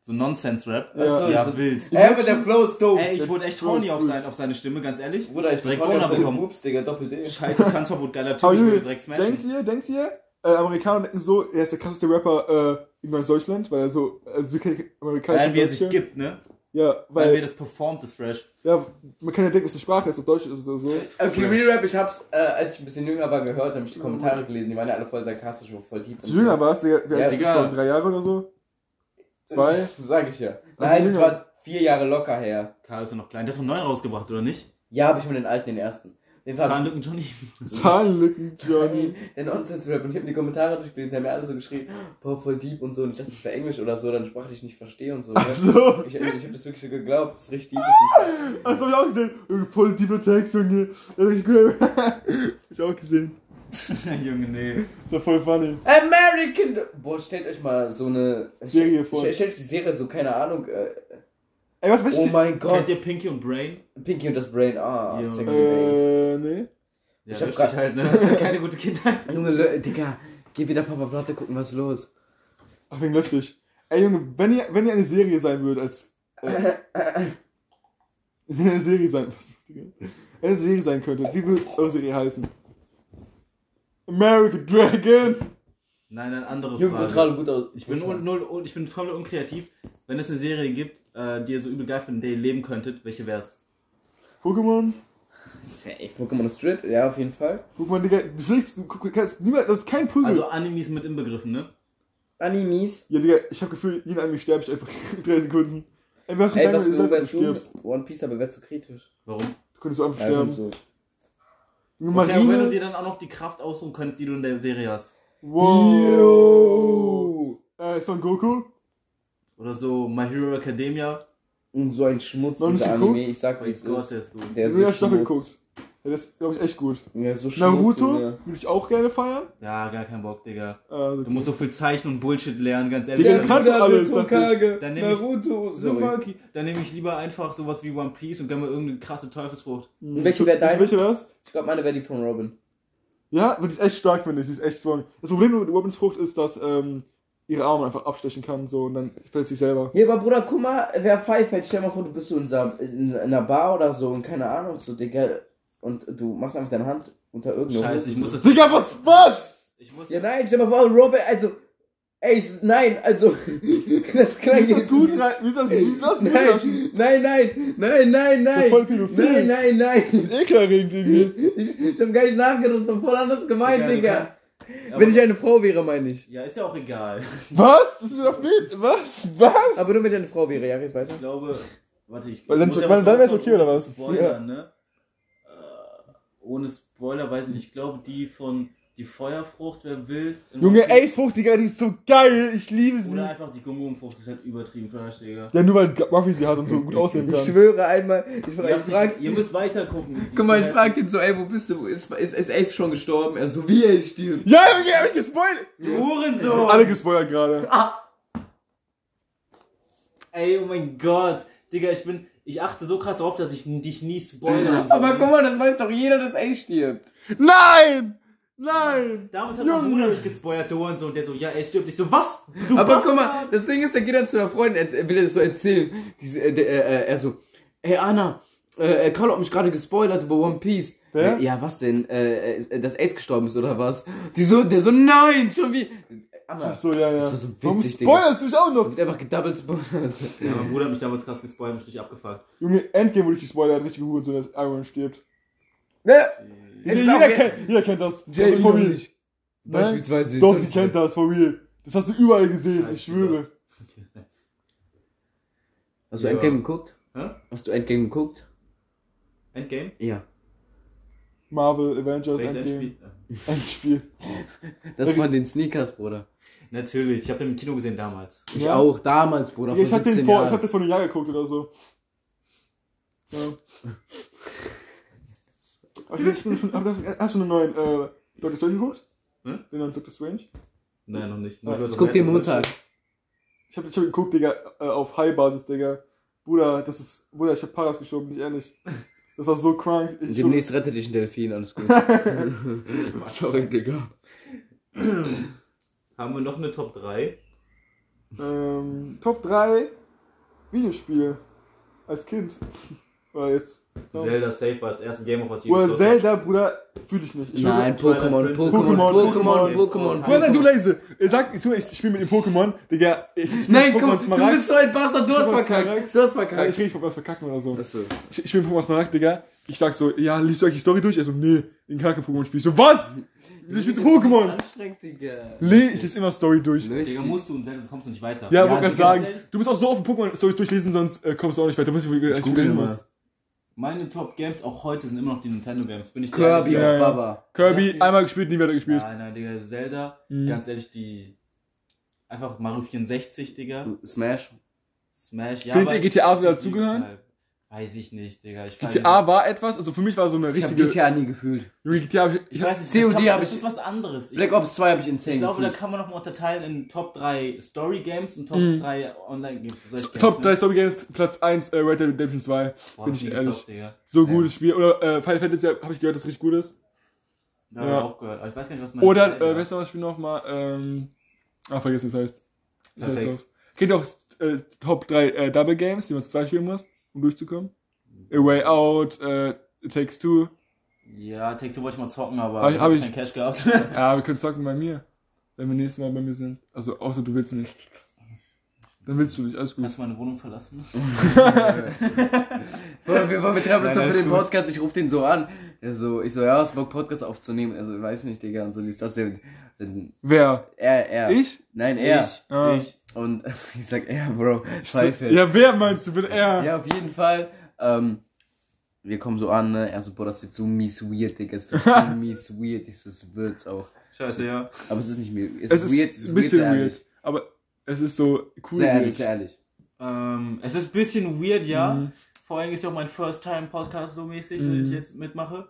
[SPEAKER 3] So Nonsense-Rap.
[SPEAKER 2] Ja. Ach so,
[SPEAKER 3] ja,
[SPEAKER 1] ich-
[SPEAKER 3] wild.
[SPEAKER 1] Ey, aber der Flow ist dope.
[SPEAKER 3] Ey, ich wurde echt horny
[SPEAKER 2] Bruce,
[SPEAKER 3] auf,
[SPEAKER 2] Bruce.
[SPEAKER 3] sein, auf seine Stimme, ganz ehrlich.
[SPEAKER 1] Bruder, ich
[SPEAKER 3] Direkt
[SPEAKER 1] bin voll
[SPEAKER 3] Corner
[SPEAKER 1] auf seine
[SPEAKER 3] bekommen.
[SPEAKER 1] Boobs, Digga, eh. Doppel D.
[SPEAKER 3] Scheiße, Tanzverbot, geiler Typ,
[SPEAKER 2] Aber
[SPEAKER 3] ich
[SPEAKER 2] Junge,
[SPEAKER 3] will direkt
[SPEAKER 2] Denkt
[SPEAKER 3] smashen.
[SPEAKER 2] ihr, denkt ihr, äh, Amerikaner denken so, er ist der krasseste Rapper äh, in Deutschland, weil er so, also wirklich Amerikaner.
[SPEAKER 1] halt
[SPEAKER 3] Weil wie er sich gibt, ne?
[SPEAKER 2] Ja,
[SPEAKER 3] Weil wie er
[SPEAKER 2] weil,
[SPEAKER 3] das performt, ist fresh.
[SPEAKER 2] ja, man kann ja denken, dass die Sprache ist, dass Deutsch ist oder so.
[SPEAKER 1] Okay,
[SPEAKER 3] Fresh.
[SPEAKER 1] Real Rap, ich hab's, äh, als ich ein bisschen jünger war, gehört, hab ich die Kommentare gelesen, die waren ja alle voll sarkastisch und voll deep.
[SPEAKER 2] Zu jünger warst du, wie
[SPEAKER 1] Ja,
[SPEAKER 2] alt bist du,
[SPEAKER 3] egal.
[SPEAKER 2] so drei Jahre oder so?
[SPEAKER 1] Zwei?
[SPEAKER 2] Zwei?
[SPEAKER 1] Das sag ich ja. Nein,
[SPEAKER 2] Also
[SPEAKER 1] es
[SPEAKER 2] jünger.
[SPEAKER 1] war vier Jahre locker her.
[SPEAKER 3] Karl ist ja noch klein. Der hat doch neun rausgebracht, oder nicht?
[SPEAKER 1] Ja, hab ich mir den alten, den ersten. Den war
[SPEAKER 3] Zahnlücken Johnny.
[SPEAKER 2] Zahnlücken, Johnny.
[SPEAKER 1] den Nonsense-Rap und ich hab die Kommentare durchgelesen, die haben mir alle so geschrieben, boah, voll deep und so und ich dachte, das wäre Englisch oder so, dann Sprache, die ich nicht verstehe und so. ne?
[SPEAKER 2] So,
[SPEAKER 1] Ich, ich hab das wirklich so geglaubt, das ist richtig deep ist. und so.
[SPEAKER 2] das hab ich auch gesehen. Irgendwie Voll tiefer Text, Junge. Das ist richtig cool. hab ich auch gesehen.
[SPEAKER 3] Junge, nee.
[SPEAKER 2] Das war voll funny.
[SPEAKER 1] American. Boah, stellt euch mal so eine
[SPEAKER 2] Serie vor.
[SPEAKER 1] Stellt, stellt euch die Serie so, keine Ahnung. Äh,
[SPEAKER 2] Ey, was
[SPEAKER 1] oh
[SPEAKER 2] willst du?
[SPEAKER 1] mein Gott.
[SPEAKER 3] Kennt ihr Pinky und Brain?
[SPEAKER 1] Pinky und das Brain. Ah,
[SPEAKER 3] Ja.
[SPEAKER 1] sexy baby.
[SPEAKER 2] Äh, nee.
[SPEAKER 3] Ja,
[SPEAKER 1] Ich hab
[SPEAKER 3] richtig
[SPEAKER 1] grad-
[SPEAKER 3] halt, ne? Hat ja keine gute Kindheit.
[SPEAKER 1] Junge, Le Digga, geh wieder Papa Platte gucken, was ist los.
[SPEAKER 2] Ach, wegen Löchlich. Ey, Junge, wenn ihr, wenn ihr eine Serie sein würdet, als. Äh, wenn ihr eine Serie sein. Was, Digga? Wenn ihr eine Serie sein könntet, wie würde eure Serie heißen? American Dragon!
[SPEAKER 3] Nein, eine andere
[SPEAKER 1] Junge,
[SPEAKER 3] Frage.
[SPEAKER 1] gut gerade gut aus.
[SPEAKER 3] Ich bin, null, null, un- ich bin voll unkreativ. Wenn es eine Serie gibt, äh, die ihr so übel geil findet, in der ihr leben könntet, welche wär's?
[SPEAKER 2] Pokémon?
[SPEAKER 1] Safe. Pokémon Strip, ja, auf jeden Fall.
[SPEAKER 2] Pokémon, Digga, du schlägst, du guck- kannst niemand, das ist kein Prügel.
[SPEAKER 3] Also Animes mit inbegriffen, ne?
[SPEAKER 1] Animes.
[SPEAKER 2] ja, Digga, ich hab Gefühl, jeden Anime sterbe ich einfach in drei Sekunden. Ey, was
[SPEAKER 1] Ey,
[SPEAKER 2] gesagt,
[SPEAKER 1] was
[SPEAKER 2] wenn
[SPEAKER 1] du,
[SPEAKER 2] du
[SPEAKER 1] wärst
[SPEAKER 2] selbst
[SPEAKER 1] du?
[SPEAKER 2] stirbst?
[SPEAKER 1] One Piece, aber wär zu kritisch.
[SPEAKER 3] Warum?
[SPEAKER 2] Du könntest so einfach
[SPEAKER 1] Ja, gut
[SPEAKER 2] sterben.
[SPEAKER 1] so.
[SPEAKER 2] Junge,
[SPEAKER 3] Okay, aber wenn du dir
[SPEAKER 2] Marine.
[SPEAKER 3] dann auch noch die Kraft ausruhen könntest, die du in der Serie hast.
[SPEAKER 2] Wow. Äh, Son Goku?
[SPEAKER 3] Oder so My Hero Academia.
[SPEAKER 1] Und so ein
[SPEAKER 2] Noch nicht
[SPEAKER 1] schmutziger
[SPEAKER 2] geguckt?
[SPEAKER 1] Anime, ich sag, wie
[SPEAKER 3] Weiß
[SPEAKER 1] es
[SPEAKER 3] Gott, der
[SPEAKER 1] ist.
[SPEAKER 3] ist gut.
[SPEAKER 1] Der
[SPEAKER 2] Ich
[SPEAKER 1] ist
[SPEAKER 2] bin in
[SPEAKER 1] so
[SPEAKER 2] der Staffel
[SPEAKER 1] schmutz.
[SPEAKER 2] geguckt. Ja, das ist, glaube ich, echt gut.
[SPEAKER 1] Der ist so schmutz,
[SPEAKER 2] Naruto
[SPEAKER 1] Junge.
[SPEAKER 2] würde ich auch gerne feiern.
[SPEAKER 3] Ja, gar kein Bock, Digga.
[SPEAKER 2] Äh, also-
[SPEAKER 3] Du musst so viel Zeichen und Bullshit lernen, ganz ehrlich.
[SPEAKER 2] Digga,
[SPEAKER 1] Der
[SPEAKER 2] kannst
[SPEAKER 1] Bruder
[SPEAKER 2] alles,
[SPEAKER 1] wird
[SPEAKER 2] sag ich.
[SPEAKER 1] Hokage.
[SPEAKER 3] Dann nehm ich-
[SPEAKER 1] Naruto, sorry.
[SPEAKER 3] Sumaki. Dann nehme ich lieber einfach sowas wie One Piece und gönn mir irgendeine krasse Teufelsfrucht.
[SPEAKER 2] Mhm.
[SPEAKER 1] welche wär dein?
[SPEAKER 2] Welche wär's?
[SPEAKER 1] Ich glaube, meine wäre die von Robin.
[SPEAKER 2] Ja, aber die ist echt stark, finde ich. Die ist echt strong. Das Problem mit Robins Frucht ist, dass ähm, ihre Arme einfach abstechen kann so und dann fällt sie sich selber.
[SPEAKER 1] Hier, aber Bruder, guck mal, wer Pfeife hat. Stell mal vor, du bist so in, sa- in einer Bar oder so und keine Ahnung, so, Digga. Und du machst einfach deine Hand unter irgendeinem.
[SPEAKER 3] Scheiße, ich muss das.
[SPEAKER 2] Digga, was? Was?
[SPEAKER 3] Ich muss.
[SPEAKER 1] Ja, nein, stell mal vor, Robin, also. Ey, es- nein, also. das klang
[SPEAKER 2] Wie
[SPEAKER 1] jetzt
[SPEAKER 2] ist das gut?
[SPEAKER 1] mies.
[SPEAKER 2] Nein, Wie ist das, wie ist das gut?
[SPEAKER 1] Nein, nein, nein, nein, nein, nein.
[SPEAKER 2] voll pädophil.
[SPEAKER 1] Nein, nein, nein.
[SPEAKER 2] Ekelerregend irgendwie.
[SPEAKER 1] Ich, ich hab gar nicht nachgedacht, das war voll anders gemeint,
[SPEAKER 3] du
[SPEAKER 1] Digga.
[SPEAKER 3] kannst-
[SPEAKER 1] Wenn ich eine Frau wäre, meine ich.
[SPEAKER 3] Ja, ist ja auch egal.
[SPEAKER 2] Was? Das ist doch wild. Was? Was?
[SPEAKER 1] Aber nur wenn ich eine Frau wäre, ja, red weiter.
[SPEAKER 3] Ich glaube, warte, ich.
[SPEAKER 2] Weil dann-
[SPEAKER 3] ich muss ja
[SPEAKER 2] weil
[SPEAKER 3] was
[SPEAKER 2] dann wär's
[SPEAKER 3] raushauen,
[SPEAKER 2] okay, oder
[SPEAKER 3] ohne
[SPEAKER 2] was?
[SPEAKER 3] zu Spoilern, ne? äh, ohne Spoiler weiß ich nicht. Ich glaube, die von die Feuerfrucht wäre wild. In
[SPEAKER 2] Junge,
[SPEAKER 3] One Piece.
[SPEAKER 2] Ace Frucht, Digga, die ist so geil. Ich liebe sie.
[SPEAKER 3] Oder einfach die Gummiumfrucht ist halt übertrieben Fleisch, Digga.
[SPEAKER 2] Ja, nur weil Muffy sie hat und so gut aussehen
[SPEAKER 1] Ich
[SPEAKER 2] kann.
[SPEAKER 1] schwöre einmal, ich
[SPEAKER 3] Ihr,
[SPEAKER 1] frage, ich
[SPEAKER 3] habt nicht,
[SPEAKER 1] frag,
[SPEAKER 3] ihr müsst weiter gucken.
[SPEAKER 1] guck mal, ich
[SPEAKER 3] halt
[SPEAKER 1] frag ihn so, ey, wo bist du? Ist, ist, ist Ace schon gestorben? Er so, wie Ace stirbt.
[SPEAKER 2] Ja, Junge, hab ich gespoilt.
[SPEAKER 3] Du
[SPEAKER 1] Oh.
[SPEAKER 2] Das
[SPEAKER 3] Hurensohn!
[SPEAKER 2] ist alle gespoilert gerade.
[SPEAKER 1] Ah.
[SPEAKER 3] Ey, oh mein Gott. Digga, ich bin. Ich achte so krass darauf, dass ich n- dich nie spoilere.
[SPEAKER 1] Aber guck mal, das weiß doch jeder, dass Ace stirbt.
[SPEAKER 2] Nein! Nein!
[SPEAKER 3] Damals hat mein
[SPEAKER 2] Junge.
[SPEAKER 3] Bruder mich gespoilert, der Hurensohn. Der so, ja, ey, stirbt nicht. So, was? Du
[SPEAKER 1] Aber
[SPEAKER 3] Bastard!
[SPEAKER 1] guck mal, das Ding ist, er geht dann zu einer Freundin, er will das so erzählen. Diese, äh, der, äh, äh, er so, ey Anna, Äh, äh, Carlo hat mich gerade gespoilert über One Piece.
[SPEAKER 2] Wer?
[SPEAKER 1] Äh, ja, was denn? Äh, äh, dass Ace gestorben ist oder was? Die so, der so, nein, schon wie. Anna,
[SPEAKER 2] Ach so, ja, ja.
[SPEAKER 1] das war so witzig,
[SPEAKER 2] Warum
[SPEAKER 1] Digga.
[SPEAKER 2] spoilerst du mich auch noch?
[SPEAKER 1] wird einfach gedoubled spoilert.
[SPEAKER 3] Ja, mein Bruder hat mich damals krass gespoilt, mich richtig abgefuckt.
[SPEAKER 2] Junge, Endgame wurde ich gespoilert, richtig gut, so dass Iron Man stirbt.
[SPEAKER 1] Es
[SPEAKER 2] Jeder,
[SPEAKER 1] ist auch
[SPEAKER 2] jeder,
[SPEAKER 1] ge-
[SPEAKER 2] kennt, jeder kennt das.
[SPEAKER 1] Jay,
[SPEAKER 2] Also for
[SPEAKER 1] wie
[SPEAKER 2] real.
[SPEAKER 1] du nicht.
[SPEAKER 2] Nein?
[SPEAKER 1] Beispielsweise.
[SPEAKER 2] Doch,
[SPEAKER 1] so-
[SPEAKER 2] ich kennt das, for real. Das hast du überall gesehen,
[SPEAKER 3] Scheiße,
[SPEAKER 2] ich schwöre.
[SPEAKER 3] das-
[SPEAKER 1] Hast du
[SPEAKER 3] Ja.
[SPEAKER 1] Endgame geguckt?
[SPEAKER 3] Hä?
[SPEAKER 1] Hast du Endgame geguckt?
[SPEAKER 3] Endgame?
[SPEAKER 1] Ja.
[SPEAKER 2] Marvel, Avengers,
[SPEAKER 3] Welches
[SPEAKER 2] Endgame,
[SPEAKER 3] Endspiel?
[SPEAKER 2] Endspiel.
[SPEAKER 1] Das waren den Sneakers, Bruder.
[SPEAKER 3] Äh, Natürlich, ich habe den im Kino gesehen damals.
[SPEAKER 1] Ich
[SPEAKER 2] Ja.
[SPEAKER 1] auch, damals, Bruder,
[SPEAKER 2] Ja,
[SPEAKER 1] vor
[SPEAKER 2] ich hab
[SPEAKER 1] 17
[SPEAKER 2] den vor, ich hab
[SPEAKER 1] Jahren.
[SPEAKER 2] den vor einem Jahr geguckt oder so. Ja. Aber ich bin- ich bin schon, aber das, hast du einen neuen äh, Doctor Strange geguckt?
[SPEAKER 3] Hm?
[SPEAKER 2] Den neuen Doctor Strange?
[SPEAKER 3] Nein, noch nicht.
[SPEAKER 2] Ja.
[SPEAKER 3] Ich weiß auch
[SPEAKER 1] Guck
[SPEAKER 3] nicht,
[SPEAKER 1] den
[SPEAKER 3] was
[SPEAKER 1] Montag.
[SPEAKER 2] Ich hab, ich hab geguckt, Digga, äh, auf High-Basis, Digga. Bruder, das ist. Bruder, ich hab Paras geschoben, bin ich ehrlich. Das war so krank. Ich
[SPEAKER 1] Demnächst rettet dich ein Delfin, alles gut. Sorry, Digga.
[SPEAKER 3] Haben wir noch eine Top 3?
[SPEAKER 2] ähm, Top 3 Videospiele. Als Kind. Oder jetzt. Ja.
[SPEAKER 3] Zelda Safe war das erste Game, auf was ich
[SPEAKER 2] Oder
[SPEAKER 3] gezockt hab.
[SPEAKER 2] Zelda, Bruder, fühl ich nicht. Ich
[SPEAKER 1] Nein,
[SPEAKER 3] Twilight
[SPEAKER 1] Pokémon,
[SPEAKER 3] Princess.
[SPEAKER 1] Pokémon, Pokémon,
[SPEAKER 2] Pokémon,
[SPEAKER 1] Pokémon,
[SPEAKER 3] Pokémon.
[SPEAKER 2] Bruder, nein, du
[SPEAKER 1] Pokémon.
[SPEAKER 2] leise. Äh, Sag, ich, ich spiel mit dem Pokémon, Digga. Ich spiel
[SPEAKER 1] Nein,
[SPEAKER 2] mit
[SPEAKER 1] komm,
[SPEAKER 2] Pokémon
[SPEAKER 1] du bist so ein Bastard, du hast
[SPEAKER 2] Pokémon
[SPEAKER 1] verkackt.
[SPEAKER 2] Smaragd.
[SPEAKER 1] Du hast
[SPEAKER 2] Ja, ich
[SPEAKER 1] verkackt.
[SPEAKER 2] rede von was verkacken oder so.
[SPEAKER 1] Achso.
[SPEAKER 2] Ich, ich spiel mit Pokémon Smaragd, Digga. Ich sag so, ja, liest du euch die Story durch? Er so, nee, den kacke Pokémon spiel ich. So, was? Wieso spielst du Pokémon?
[SPEAKER 1] Anstrengend, Digga.
[SPEAKER 2] Nee, ich lese immer Story durch.
[SPEAKER 3] Digga, musst du und Zelda, du kommst nicht weiter.
[SPEAKER 2] Ja,
[SPEAKER 1] Ja,
[SPEAKER 2] wollte gerade
[SPEAKER 1] Digga,
[SPEAKER 2] sagen,
[SPEAKER 3] das-
[SPEAKER 2] du musst auch so auf den Pokémon Stories durchlesen, sonst äh, kommst du auch nicht weiter. Du weißt, wo du eigentlich
[SPEAKER 1] google
[SPEAKER 2] reden
[SPEAKER 1] mal.
[SPEAKER 2] musst.
[SPEAKER 3] Meine Top Games auch heute sind immer noch die Nintendo Games. Bin ich dir
[SPEAKER 1] Kirby
[SPEAKER 3] ehrlich?
[SPEAKER 2] Ja,
[SPEAKER 1] und
[SPEAKER 2] ja.
[SPEAKER 1] Baba.
[SPEAKER 2] Kirby, einmal gespielt, nie wieder gespielt.
[SPEAKER 3] Nein, nein, Digga, Zelda,
[SPEAKER 2] Mhm.
[SPEAKER 3] ganz ehrlich, die. Einfach Mario 64, Digga.
[SPEAKER 1] Smash.
[SPEAKER 3] Smash, ja.
[SPEAKER 2] Findet
[SPEAKER 3] aber
[SPEAKER 2] ihr
[SPEAKER 3] es-
[SPEAKER 2] GTA so
[SPEAKER 3] ich lieb's
[SPEAKER 2] dazugehören?
[SPEAKER 3] halt. Weiß ich nicht, Digga. Ich Weiß,
[SPEAKER 2] GTA war etwas, also für mich war so eine
[SPEAKER 1] Ich hab
[SPEAKER 2] richtige. GTA,
[SPEAKER 1] GTA nie gefühlt.
[SPEAKER 2] GTA ich,
[SPEAKER 3] ich
[SPEAKER 2] hab-
[SPEAKER 3] weiß nicht,
[SPEAKER 1] COD
[SPEAKER 3] das kann-
[SPEAKER 1] hab
[SPEAKER 3] das
[SPEAKER 1] ich-
[SPEAKER 3] ist was anderes. Ich,
[SPEAKER 1] Black Ops 2 habe ich
[SPEAKER 3] ich
[SPEAKER 1] insane
[SPEAKER 3] glaube, da
[SPEAKER 1] gefühlt.
[SPEAKER 3] kann man nochmal unterteilen in Top 3 Story Games und Top
[SPEAKER 2] Mhm.
[SPEAKER 3] 3 Online Games. So solche
[SPEAKER 2] Top
[SPEAKER 3] Games, ne?
[SPEAKER 2] 3 Story Games, Platz 1 äh, Red Dead Redemption 2.
[SPEAKER 3] Boah,
[SPEAKER 2] bin
[SPEAKER 3] hab
[SPEAKER 2] ich
[SPEAKER 3] nie
[SPEAKER 2] ehrlich.
[SPEAKER 3] gezockt, Digga.
[SPEAKER 2] So
[SPEAKER 1] Ja.
[SPEAKER 2] gutes Spiel. Oder äh, Final Fantasy habe ich gehört, dass es richtig gut ist.
[SPEAKER 3] Da hab
[SPEAKER 2] Ja.
[SPEAKER 3] ich auch gehört. Aber ich weiß gar nicht, was man.
[SPEAKER 2] Oder, äh, weißt du was Spiel nochmal? Ähm, ah, vergiss, wie es heißt. Ich weiß
[SPEAKER 3] Perfekt.
[SPEAKER 2] doch. Kennt ihr auch äh, Top 3 äh, Double Games, die man zu zweit spielen muss, um durchzukommen? A Way Out, äh, It Takes Two.
[SPEAKER 3] Ja, Take Two wollte ich mal zocken, aber
[SPEAKER 2] Hab ich- hab
[SPEAKER 3] hab
[SPEAKER 2] ich-
[SPEAKER 3] keinen Cash gehabt.
[SPEAKER 2] Ja, wir können zocken bei mir. Wenn wir nächstes Mal bei mir sind. Also, außer du willst nicht. Dann willst du nicht, alles gut.
[SPEAKER 3] Kannst du meine Wohnung verlassen?
[SPEAKER 1] Wollen wir, wollen wir treffen uns doch
[SPEAKER 3] Nein,
[SPEAKER 1] für
[SPEAKER 3] alles
[SPEAKER 1] den
[SPEAKER 3] gut.
[SPEAKER 1] Podcast, ich rufe den so an. Er so, ich so, ja, hast Bock Podcast aufzunehmen? Also, weiß nicht, Digga. Und so, dies, das, der, der,
[SPEAKER 2] Wer?
[SPEAKER 1] er, er.
[SPEAKER 2] Ich?
[SPEAKER 1] Nein, er.
[SPEAKER 3] Ich,
[SPEAKER 2] Ah.
[SPEAKER 3] ich.
[SPEAKER 1] Und ich sag, ja, Bro,
[SPEAKER 2] So,
[SPEAKER 1] Pfeife. Ja.
[SPEAKER 2] ja, wer meinst du? Bin er.
[SPEAKER 1] auf jeden Fall. Ähm, wir kommen so an, ne? Er so, boah, das wird so mies weird, Digga. Es wird so mies weird. Ich so, es wird's auch.
[SPEAKER 3] Scheiße, ja.
[SPEAKER 1] Aber es ist nicht mehr. Es,
[SPEAKER 2] es
[SPEAKER 1] ist weird, es
[SPEAKER 2] ist
[SPEAKER 1] ist
[SPEAKER 2] ein bisschen
[SPEAKER 1] sehr
[SPEAKER 2] weird.
[SPEAKER 1] ehrlich.
[SPEAKER 2] Aber es ist so
[SPEAKER 1] sehr
[SPEAKER 2] cool. weird.
[SPEAKER 1] ehrlich, sehr ehrlich.
[SPEAKER 3] Ähm, es ist ein bisschen weird, ja.
[SPEAKER 2] Mhm.
[SPEAKER 3] Vor allem ist ja auch mein First-Time-Podcast so mäßig,
[SPEAKER 2] Mhm.
[SPEAKER 3] den ich jetzt mitmache.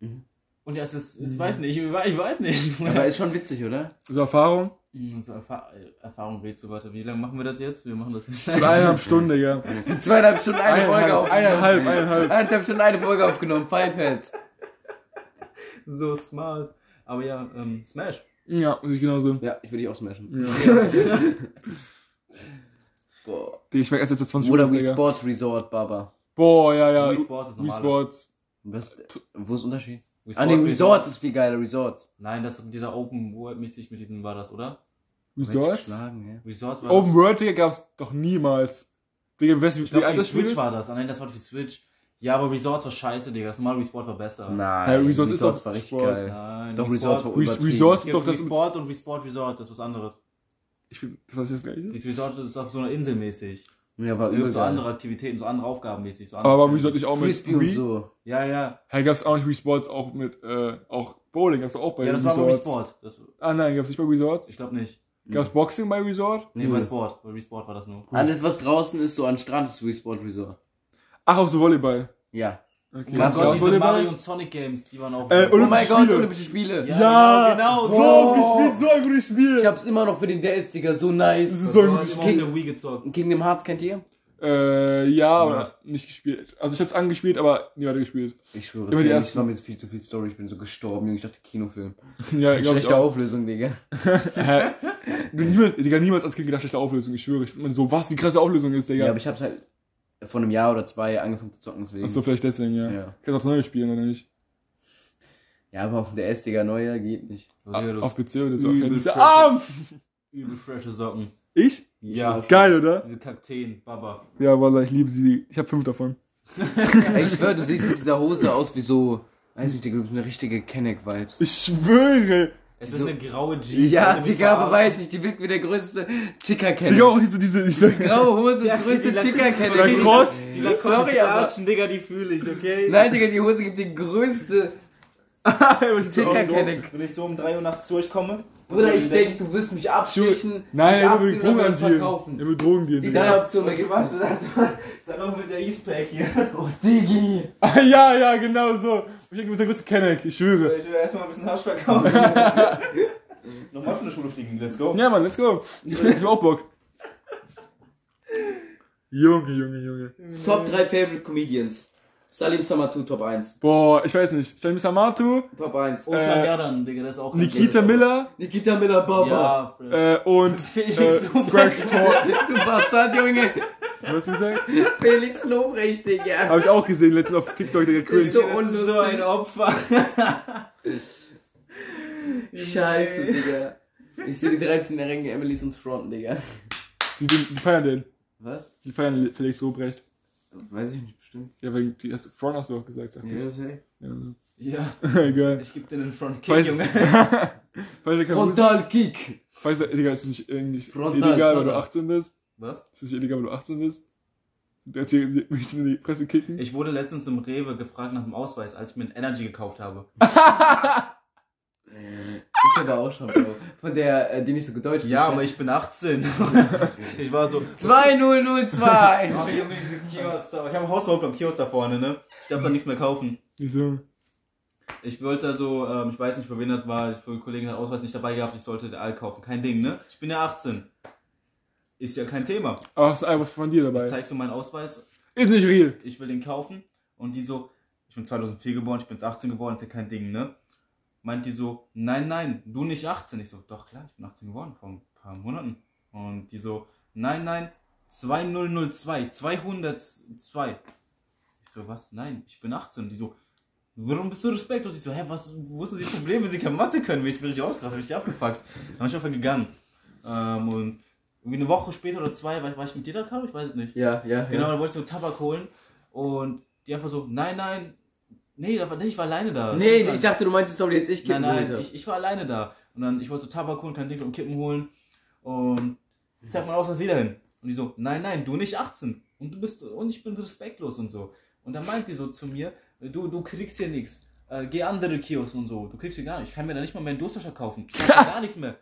[SPEAKER 1] Mhm.
[SPEAKER 3] Und ja, es ist,
[SPEAKER 2] Mhm.
[SPEAKER 3] ich weiß nicht, ich weiß ich weiß nicht.
[SPEAKER 1] Aber ist schon witzig, oder?
[SPEAKER 2] So Erfahrung.
[SPEAKER 3] Mhm, so Erfa Erfahrung wählt so weiter. Wie lange machen wir das jetzt? Wir machen das jetzt.
[SPEAKER 2] Schon eineinhalb Stunden, Digga.
[SPEAKER 1] Zweieinhalb Stunden eine Folge
[SPEAKER 2] Eineinhalb,
[SPEAKER 1] aufgenommen.
[SPEAKER 2] eineinhalb, eineinhalb.
[SPEAKER 1] Eineinhalb Stunden eine Folge aufgenommen. Five Heads.
[SPEAKER 3] so smart. Aber ja, ähm, Smash.
[SPEAKER 2] Ja, muss ich genauso.
[SPEAKER 1] Ja, ich würde dich auch
[SPEAKER 2] Mhm.
[SPEAKER 1] smashen.
[SPEAKER 2] Ja.
[SPEAKER 1] Boah.
[SPEAKER 2] Digga, ich merk erst jetzt dass 20
[SPEAKER 1] Oder
[SPEAKER 2] Minuten,
[SPEAKER 1] Wii
[SPEAKER 2] Digga.
[SPEAKER 1] Sports Resort, Baba.
[SPEAKER 2] Boah, ja, ja.
[SPEAKER 3] Wii Sports ist
[SPEAKER 2] Wii
[SPEAKER 3] normal.
[SPEAKER 2] Sports.
[SPEAKER 1] Was, wo ist der Unterschied?
[SPEAKER 3] Wii
[SPEAKER 1] Ah, nee,
[SPEAKER 3] Sports-
[SPEAKER 1] Resort ist viel geiler. Resort.
[SPEAKER 3] Nein, das dieser Open World mäßig mit diesem war das, oder?
[SPEAKER 2] Wii Sports?
[SPEAKER 1] Geschlagen, ja.
[SPEAKER 3] Resorts war
[SPEAKER 2] Open
[SPEAKER 3] das.
[SPEAKER 2] World, Digga, gab's doch niemals. Digga, weißt du,
[SPEAKER 3] Ich
[SPEAKER 2] wie
[SPEAKER 3] glaube,
[SPEAKER 2] alt
[SPEAKER 3] für die
[SPEAKER 2] das Spiel
[SPEAKER 3] Switch
[SPEAKER 2] ist?
[SPEAKER 3] war das. Ah, nein, das war für die Switch. Ja, aber Resorts war scheiße, Digga. Das normale Resort war besser.
[SPEAKER 1] Nein,
[SPEAKER 2] Hey, Resorts ist doch
[SPEAKER 1] war richtig
[SPEAKER 2] Sport.
[SPEAKER 1] geil.
[SPEAKER 3] Nein,
[SPEAKER 1] Doch,
[SPEAKER 3] Wii
[SPEAKER 1] Resorts war
[SPEAKER 3] Sports-
[SPEAKER 2] Res-
[SPEAKER 1] übertrieben.
[SPEAKER 2] Resorts- ist
[SPEAKER 3] Ja,
[SPEAKER 2] doch das-
[SPEAKER 3] Resport und Resport Resort, das ist was anderes.
[SPEAKER 2] Ich find, das war jetzt gleich.
[SPEAKER 3] Dieses Resort ist auf so einer Insel mäßig.
[SPEAKER 1] Ja, war
[SPEAKER 3] Da gibt
[SPEAKER 1] übel
[SPEAKER 3] so
[SPEAKER 1] geil.
[SPEAKER 3] andere Aktivitäten, so andere Aufgaben mäßig. So andere
[SPEAKER 2] Aber Wii
[SPEAKER 3] Challenges.
[SPEAKER 2] Sports nicht auch mit
[SPEAKER 1] Frisbee und
[SPEAKER 2] Wii?
[SPEAKER 1] so.
[SPEAKER 3] Ja, ja.
[SPEAKER 2] Hey, gab's auch nicht Wii Sports auch mit, äh, auch Bowling gab's doch auch bei
[SPEAKER 3] Ja, das war Hm. bei
[SPEAKER 2] Resorts.
[SPEAKER 3] Resport. Das,
[SPEAKER 2] Ah nein, gab's nicht bei Resorts.
[SPEAKER 3] ich glaube nicht.
[SPEAKER 2] Gab's Boxing bei Resort?
[SPEAKER 3] Nee,
[SPEAKER 1] Null.
[SPEAKER 3] bei Sport. Bei Resport war das nur.
[SPEAKER 1] Alles, was draußen ist, so an Strand, ist Wii Sport Resort.
[SPEAKER 2] Ach, auch so Volleyball.
[SPEAKER 1] Ja.
[SPEAKER 2] Okay.
[SPEAKER 3] Oh mein
[SPEAKER 1] Gab's auch
[SPEAKER 3] Gott, diese Mario und Sonic Games, die waren auch.
[SPEAKER 2] Äh,
[SPEAKER 1] Oh mein
[SPEAKER 2] Olympische
[SPEAKER 1] Gott,
[SPEAKER 2] Spiele.
[SPEAKER 1] Olympische Spiele.
[SPEAKER 3] Ja.
[SPEAKER 2] Ja,
[SPEAKER 3] genau,
[SPEAKER 2] So
[SPEAKER 1] so.
[SPEAKER 2] gespielt, so ein gutes Spiel.
[SPEAKER 1] Ich hab's immer noch für den DS, Digga, so nice.
[SPEAKER 2] das ist so
[SPEAKER 3] so
[SPEAKER 2] ein
[SPEAKER 3] immer
[SPEAKER 2] gutes
[SPEAKER 3] auf
[SPEAKER 2] Spiel.
[SPEAKER 3] der Wii gezockt.
[SPEAKER 1] Kingdom Hearts kennt ihr?
[SPEAKER 2] Äh, ja,
[SPEAKER 3] Ja.
[SPEAKER 2] aber nicht gespielt. Also ich hab's angespielt, aber nie weiter gespielt.
[SPEAKER 1] Ich schwöre,
[SPEAKER 2] Immer die
[SPEAKER 1] es
[SPEAKER 2] ersten.
[SPEAKER 1] war mir jetzt viel zu viel Story. Ich bin so gestorben, Junge. Ich dachte, Kinofilm.
[SPEAKER 2] ja, glaub ich
[SPEAKER 1] Schlechte
[SPEAKER 2] auch.
[SPEAKER 1] Auflösung, Digga.
[SPEAKER 2] Hä? Du niemals, Digga, niemals als Kind gedacht, schlechte Auflösung, ich schwöre. Ich bin so, was, wie krasse Auflösung ist,
[SPEAKER 1] Ja.
[SPEAKER 2] Digga.
[SPEAKER 1] aber ich hab's halt vor einem Jahr oder zwei angefangen zu zocken, deswegen.
[SPEAKER 2] Achso, vielleicht deswegen, ja.
[SPEAKER 1] Ja.
[SPEAKER 2] Kannst du aufs Neue spielen, oder nicht?
[SPEAKER 1] Ja, aber auf dem DS, Digga, neuer geht nicht.
[SPEAKER 3] So, Digga,
[SPEAKER 2] Ah,
[SPEAKER 3] du
[SPEAKER 2] Auf PC oder so.
[SPEAKER 3] Übel
[SPEAKER 2] Okay. Bist du
[SPEAKER 3] fresh.
[SPEAKER 2] arm!
[SPEAKER 3] übel frische Socken.
[SPEAKER 2] Ich?
[SPEAKER 3] Ja.
[SPEAKER 2] Geil, oder?
[SPEAKER 3] Diese Kakteen, Baba.
[SPEAKER 2] Ja, Wallah, ich liebe sie. Ich habe fünf davon.
[SPEAKER 1] Ey, ich schwör, du siehst mit dieser Hose aus wie so, weiß nicht, Digga, du bist eine richtige Kenneck-Vibes.
[SPEAKER 2] Ich schwöre!
[SPEAKER 3] Es
[SPEAKER 1] So-
[SPEAKER 3] ist eine graue Jeans.
[SPEAKER 1] Ja,
[SPEAKER 3] Alter, mich
[SPEAKER 1] Digga, aber
[SPEAKER 3] verarschen.
[SPEAKER 1] weiß nicht, die wirkt wie der größte Ticker-Kenneck.
[SPEAKER 2] Digga, auch diese, diese, diese.
[SPEAKER 1] Graue Hose ist
[SPEAKER 3] Ja,
[SPEAKER 1] das größte
[SPEAKER 3] die Lac-
[SPEAKER 1] Ticker-Kenneck.
[SPEAKER 2] die Lacoste-
[SPEAKER 3] Die Lacoste
[SPEAKER 1] Sorry, aber-
[SPEAKER 3] Latschen, Digga, die fühle ich, okay?
[SPEAKER 1] Nein, Digga, die Hose gibt die größte
[SPEAKER 3] Wenn ich so-
[SPEAKER 1] Ticker-Kenneck.
[SPEAKER 3] Wenn ich so um 3 Uhr nachts zu euch komme. was
[SPEAKER 1] Bruder,
[SPEAKER 3] soll
[SPEAKER 1] ich
[SPEAKER 3] denn
[SPEAKER 1] denk, du wirst mich abstechen.
[SPEAKER 2] Nein,
[SPEAKER 1] mich
[SPEAKER 2] er will
[SPEAKER 1] abziehen und
[SPEAKER 2] Drogen
[SPEAKER 1] dann
[SPEAKER 2] anziehen. Er
[SPEAKER 1] verkaufen.
[SPEAKER 2] will Drogen dir,
[SPEAKER 1] Die
[SPEAKER 2] Digga.
[SPEAKER 1] drei Optionen, da
[SPEAKER 3] Okay,
[SPEAKER 1] gibt's
[SPEAKER 3] warte,
[SPEAKER 1] nicht.
[SPEAKER 3] das dann noch mit der Eastpack hier.
[SPEAKER 1] Oh, Digi.
[SPEAKER 2] Ah, ja, ja, genau so. Ich denke, du bist der größte Kenneck, ich schwöre.
[SPEAKER 3] Ich will erstmal ein bisschen Hasch verkaufen. Nochmal von der Schule fliegen, let's
[SPEAKER 1] Äh,
[SPEAKER 3] go.
[SPEAKER 2] Ja, Mann, let's go. Ich hab auch Bock. Junge, Junge, Junge.
[SPEAKER 1] Top 3 Favorite Comedians. Salim Samatu, Top 1.
[SPEAKER 2] Boah, ich weiß nicht. Salim Samatu,
[SPEAKER 1] Top 1.
[SPEAKER 2] Äh,
[SPEAKER 3] Jadan, Digga, das ist auch.
[SPEAKER 2] Nikita Miller
[SPEAKER 1] Nikita Miller, Baba.
[SPEAKER 3] Ja, Fred.
[SPEAKER 2] äh, und
[SPEAKER 3] Felix
[SPEAKER 2] äh,
[SPEAKER 3] Lobrecht.
[SPEAKER 2] Fresh Talk.
[SPEAKER 1] Du Bastard, Junge.
[SPEAKER 2] Was hast du gesagt?
[SPEAKER 1] Felix Lobrecht, Digga.
[SPEAKER 2] Hab ich auch gesehen, letztens auf TikTok, Digga,
[SPEAKER 1] Ist so
[SPEAKER 2] cringe.
[SPEAKER 3] Das ist
[SPEAKER 1] unlustig.
[SPEAKER 3] so ein Opfer.
[SPEAKER 1] Scheiße,
[SPEAKER 3] Nee.
[SPEAKER 1] Digga. Ich sehe die 13-jährigen Emilys uns fronten, Digga.
[SPEAKER 2] Die, die, die feiern den.
[SPEAKER 1] Was?
[SPEAKER 2] Die feiern Felix Lobrecht.
[SPEAKER 1] Weiß ich nicht, bestimmt.
[SPEAKER 2] Ja, wegen, die hast, Front hast du auch gesagt. dachte ich. Ja.
[SPEAKER 3] Ja,
[SPEAKER 2] Geil.
[SPEAKER 3] ich geb dir einen Frontkick,
[SPEAKER 2] Weiß-
[SPEAKER 3] Junge.
[SPEAKER 2] Weißt du, kann-
[SPEAKER 1] Frontal Kick.
[SPEAKER 2] weißt du, Digga, ist es nicht irgendwie
[SPEAKER 1] Frontal,
[SPEAKER 2] illegal, weil du
[SPEAKER 1] Sodom.
[SPEAKER 2] 18 bist?
[SPEAKER 3] Was?
[SPEAKER 2] Ist es nicht illegal, wenn du 18 bist? Jetzt hier mich in die Presse kicken.
[SPEAKER 3] Ich wurde letztens im Rewe gefragt nach dem Ausweis, als ich mir ein Energy gekauft habe.
[SPEAKER 1] Ich aber auch schon, Bro. Von der, äh, die nicht so gut deutsch
[SPEAKER 3] Ja, aber ich bin 18. ich war so,
[SPEAKER 1] 2002.
[SPEAKER 3] Ach, hier mit diesem Kiosk. Ich habe einen Hausverbot beim Kiosk da vorne, ne? Ich darf da nichts mehr kaufen.
[SPEAKER 2] Wieso?
[SPEAKER 3] Ich wollte also, ähm, ich weiß nicht, für wen das war, für einen Kollegen hat Ausweis nicht dabei gehabt, ich sollte den Aal kaufen. Kein Ding, ne? Ich bin ja 18. Ist ja kein Thema.
[SPEAKER 2] Ach, ist einfach von dir
[SPEAKER 3] Ich
[SPEAKER 2] dabei.
[SPEAKER 3] zeig so meinen Ausweis,
[SPEAKER 2] Ist nicht real.
[SPEAKER 3] ich will den kaufen. Und die so, ich bin 2004 geboren, ich bin jetzt 18 geworden, ist ja kein Ding, ne? Meint die so, nein, nein, du nicht 18. Ich so, doch klar, ich bin 18 geworden, vor ein paar Monaten. Und die so, nein, nein, 2002, 202. Ich so, was? Nein, ich bin 18. Die so, warum bist du respektlos? Ich so, hä, was, wo ist denn das Problem, wenn sie keine Mathe können? Ich bin richtig ausgerastet, bin ich abgefuckt. Dann bin ich einfach gegangen. Ähm, und irgendwie eine Woche später oder zwei, war, war ich mit dir da, Caro? Ich weiß es nicht.
[SPEAKER 1] Ja, ja,
[SPEAKER 3] Genau,
[SPEAKER 1] ja.
[SPEAKER 3] da wolltest du Tabak holen und die einfach so, nein, nein, nee, da war, ich war alleine da.
[SPEAKER 1] Nee,
[SPEAKER 3] Stimmt
[SPEAKER 1] ich dachte, du meinst, sorry, jetzt ich kippen
[SPEAKER 3] nein, nein,
[SPEAKER 1] wollte.
[SPEAKER 3] ich, ich war alleine da. Und dann, ich wollte so Tabak holen, kein Ding und Kippen holen. Und ich sag mal aus, was wieder hin. Und die so, nein, nein, du nicht 18. Und du bist, und ich bin respektlos und so. Und dann meint die so zu mir, du, du kriegst hier nichts. Äh, geh andere Kiosk und so. Du kriegst hier gar nichts. Ich kann mir da nicht mal mehr einen Durstlöscher kaufen. Ich hab hier gar nichts mehr.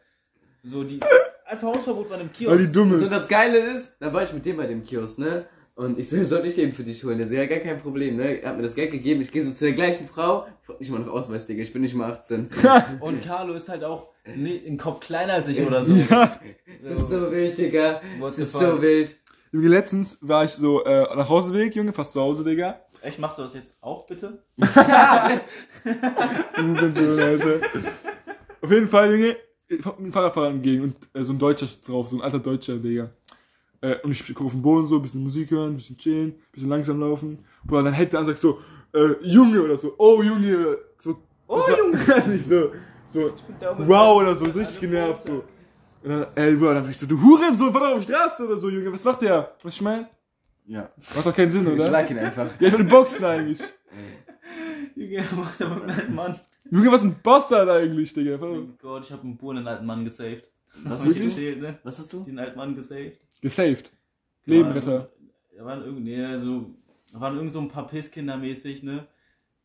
[SPEAKER 3] So, die, einfach Hausverbot bei einem Kiosk.
[SPEAKER 2] Weil die dumm
[SPEAKER 1] So,
[SPEAKER 2] ist.
[SPEAKER 1] das Geile ist, da war ich mit dem bei dem Kiosk, ne? Und ich so, soll ich eben für dich holen? Der so, ja, gar kein Problem, ne? Er hat mir das Geld gegeben, ich gehe so zu der gleichen Frau. Ich frag nicht mal nach Ausweis, Digga, ich bin nicht mal 18.
[SPEAKER 3] Und Carlo ist halt auch nie, im Kopf kleiner als ich oder so.
[SPEAKER 1] Es ist so wild, Digga.
[SPEAKER 3] What
[SPEAKER 1] Es
[SPEAKER 3] the
[SPEAKER 1] ist
[SPEAKER 3] fuck?
[SPEAKER 1] so wild.
[SPEAKER 2] Junge, letztens war ich so äh, nach Hauseweg, Junge, fast zu Hause, Digga.
[SPEAKER 3] Echt, machst du das jetzt auch bitte?
[SPEAKER 2] Du bist so, Alter. Auf jeden Fall, Junge, ich hab einen Fahrradfahrer entgegen und äh, so ein Deutscher ist drauf, so ein alter Deutscher, Digga. Äh, und ich gucke auf den Boden so, bisschen Musik hören, bisschen chillen, bisschen langsam laufen. Bruder, dann hält der an und sagt so, äh, Junge oder so, oh Junge. So, oh Junge. nicht so, so, wow oder so, ist richtig genervt so. Und dann, ey, Bruder, dann war ich so, du Hurensohn, fahr doch auf die Straße oder so, Junge, was macht der? Was ich mein?
[SPEAKER 1] Ja.
[SPEAKER 2] Macht doch keinen Sinn,
[SPEAKER 1] Ich
[SPEAKER 2] oder?
[SPEAKER 1] schlag ihn einfach.
[SPEAKER 2] Ja, ich will boxen eigentlich.
[SPEAKER 3] Junge, machst aber einen alten Mann.
[SPEAKER 2] Junge, was ein Bastard eigentlich, Digga.
[SPEAKER 3] Oh Gott, ich habe einen Buren, einen alten Mann gesaved.
[SPEAKER 1] Was
[SPEAKER 3] Hab
[SPEAKER 1] hast
[SPEAKER 3] ich dir
[SPEAKER 1] du?
[SPEAKER 3] erzählt, ne?
[SPEAKER 1] Was hast du?
[SPEAKER 3] Diesen alten Mann gesaved.
[SPEAKER 2] Gesaved. Lebenretter.
[SPEAKER 3] Da waren- Da waren irgendwie, nee, also, da waren irgend so ein paar Pisskinder mäßig, ne?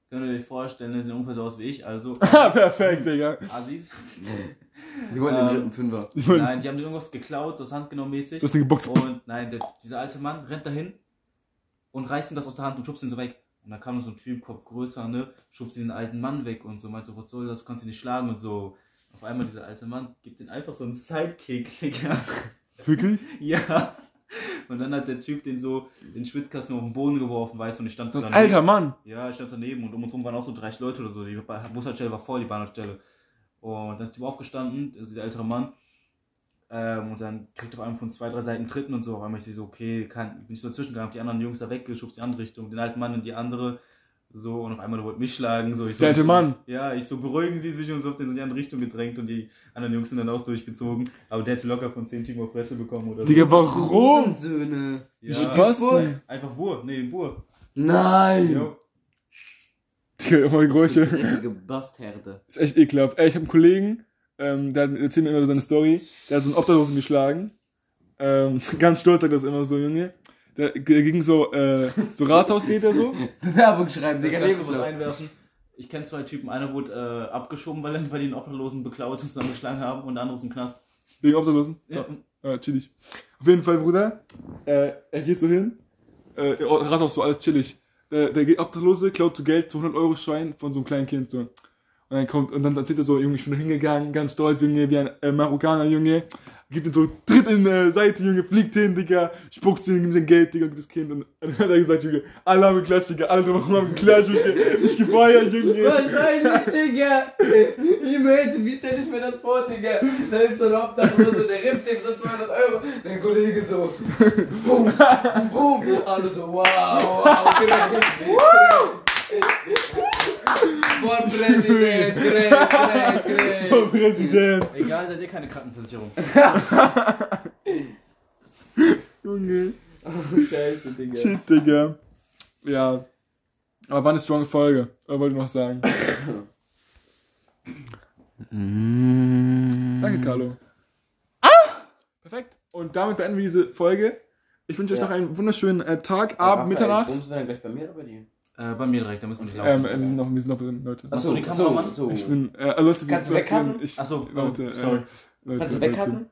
[SPEAKER 3] Könnt ihr euch vorstellen, die sehen ungefähr so aus wie ich, also.
[SPEAKER 2] Ha, perfekt, Digga.
[SPEAKER 3] Assis.
[SPEAKER 1] Die wollten den
[SPEAKER 3] Ähm,
[SPEAKER 1] dritten Fünfer.
[SPEAKER 2] Ich mein,
[SPEAKER 3] Nein, die haben dir irgendwas geklaut, aus Hand genommen mäßig.
[SPEAKER 2] du hast ihn geboxt.
[SPEAKER 3] Und nein, der, dieser alte Mann rennt dahin und reißt ihm das aus der Hand und schubst ihn so weg. Und dann kam so ein Typ, Kopf größer, ne? Schubst diesen alten Mann weg und so meint so, was soll das, du kannst ihn nicht schlagen und so. Auf einmal dieser alte Mann gibt den einfach so einen Sidekick, Digga.
[SPEAKER 2] Wirklich?
[SPEAKER 3] Ja. Und dann hat der Typ den so den Schwitzkasten auf den Boden geworfen, weißt du, und ich stand so
[SPEAKER 2] So ein
[SPEAKER 3] daneben.
[SPEAKER 2] alter Mann.
[SPEAKER 3] Ja, ich stand daneben und um uns rum waren auch so 30 Leute oder so. Die Bushaltestelle war voll, die Bahnhaltestelle. Und dann ist der Typ aufgestanden, also der ältere Mann, Ähm, und dann kriegt auf einmal von zwei, drei Seiten einen Dritten und so. Auf einmal ist sie so, okay, kann, bin ich so dazwischen gegangen, hab die anderen Jungs da weggeschubst, die andere Richtung, den alten Mann in die andere. So, und auf einmal wollte mich schlagen. So, ich so,
[SPEAKER 2] Der alte
[SPEAKER 3] ich,
[SPEAKER 2] Mann.
[SPEAKER 3] Ja, ich so, beruhigen sie sich und so, hab den so in die andere Richtung gedrängt und die anderen Jungs sind dann auch durchgezogen. Aber der hätte locker von zehn Typen auf Fresse bekommen oder so.
[SPEAKER 2] Digga, warum?
[SPEAKER 1] Söhne.
[SPEAKER 2] Wie
[SPEAKER 3] Ja.
[SPEAKER 2] passt
[SPEAKER 1] Duisburg?
[SPEAKER 2] denn?
[SPEAKER 3] Einfach Bur, nee, Bur.
[SPEAKER 1] Nein!
[SPEAKER 3] Jo.
[SPEAKER 2] Digga, immer Geräusche.
[SPEAKER 1] Dreckige Bastherde.
[SPEAKER 2] Ist echt ekelhaft. Ey, ich habe einen Kollegen, ähm, der hat- erzählt mir immer seine Story. Der hat so einen Obdachlosen geschlagen. Ähm, ganz stolz sagt das immer so, Junge. Der, der ging so, äh, so Rathaus geht er so.
[SPEAKER 1] Bewerbung schreiben,
[SPEAKER 3] Ich
[SPEAKER 1] Digga,
[SPEAKER 3] darf kurz was
[SPEAKER 1] Lebenslauf.
[SPEAKER 3] einwerfen. Ich kenne zwei Typen. Einer wurde äh, abgeschoben, weil, er- weil die einen Obdachlosen beklaut und zusammengeschlagen haben und der andere ist im Knast.
[SPEAKER 2] Wegen Obdachlosen. So,
[SPEAKER 3] Ja.
[SPEAKER 2] äh, chillig. Auf jeden Fall, Bruder. Äh, er geht so hin. Äh, Rathaus so, alles chillig. Äh, Der, der geht Obdachlose, klaut so Geld, so 100-Euro-Schein von so einem kleinen Kind so. Und dann kommt, und dann erzählt er so, Junge, ich bin da hingegangen, ganz stolz, Junge, wie ein äh, Marokkaner, Junge. Gibt ihn so, tritt in äh, Seite, Junge, fliegt hin, Digga, spuckst ihn, gibt ihm sein Geld, Digga, und gibt das Kind. Und dann hat er gesagt, Junge, alle haben geklatscht, Digga, alle drumherum haben geklatscht, Junge, ich gefeiert, Junge.
[SPEAKER 1] Wahrscheinlich, Digga. Imagine, wie stelle ich mir das vor, Digga? Da ist so ein Obdachloser, der rippt dem so 200 Euro. Der Kollege so, boom, boom. Alle so, wow, wow. Von Präsident, Greg, Greg,
[SPEAKER 2] Oh,
[SPEAKER 1] Greg.
[SPEAKER 2] Präsident,
[SPEAKER 3] Egal, seid ihr keine Krankenversicherung.
[SPEAKER 2] Junge.
[SPEAKER 1] Oh, Scheiße, Digga.
[SPEAKER 2] Shit, Digga. Ja. Aber war eine strong Folge. Äh, wollte ich noch sagen. Danke, Carlo. Perfekt. Und damit beenden wir diese Folge. Ich wünsche euch
[SPEAKER 1] Ja.
[SPEAKER 2] noch einen wunderschönen äh, Tag, Abend, Mitternacht.
[SPEAKER 1] Bumst du dann gleich bei mir oder bei dir?
[SPEAKER 3] äh, bei mir direkt, da müssen wir nicht
[SPEAKER 2] Ähm,
[SPEAKER 3] laufen.
[SPEAKER 2] äh, wir, sind noch, wir sind noch drin, Leute.
[SPEAKER 3] Ach so, die Kamera, Mann?
[SPEAKER 1] so.
[SPEAKER 2] Ich bin. Äh, also, Leute, wir
[SPEAKER 1] Kannst du
[SPEAKER 2] sind noch drin.
[SPEAKER 1] wegcutten?
[SPEAKER 2] Ich,
[SPEAKER 3] Achso, oh,
[SPEAKER 2] Leute, äh,
[SPEAKER 3] sorry.
[SPEAKER 2] Leute,
[SPEAKER 1] Kannst du
[SPEAKER 2] Leute.
[SPEAKER 1] wegcutten?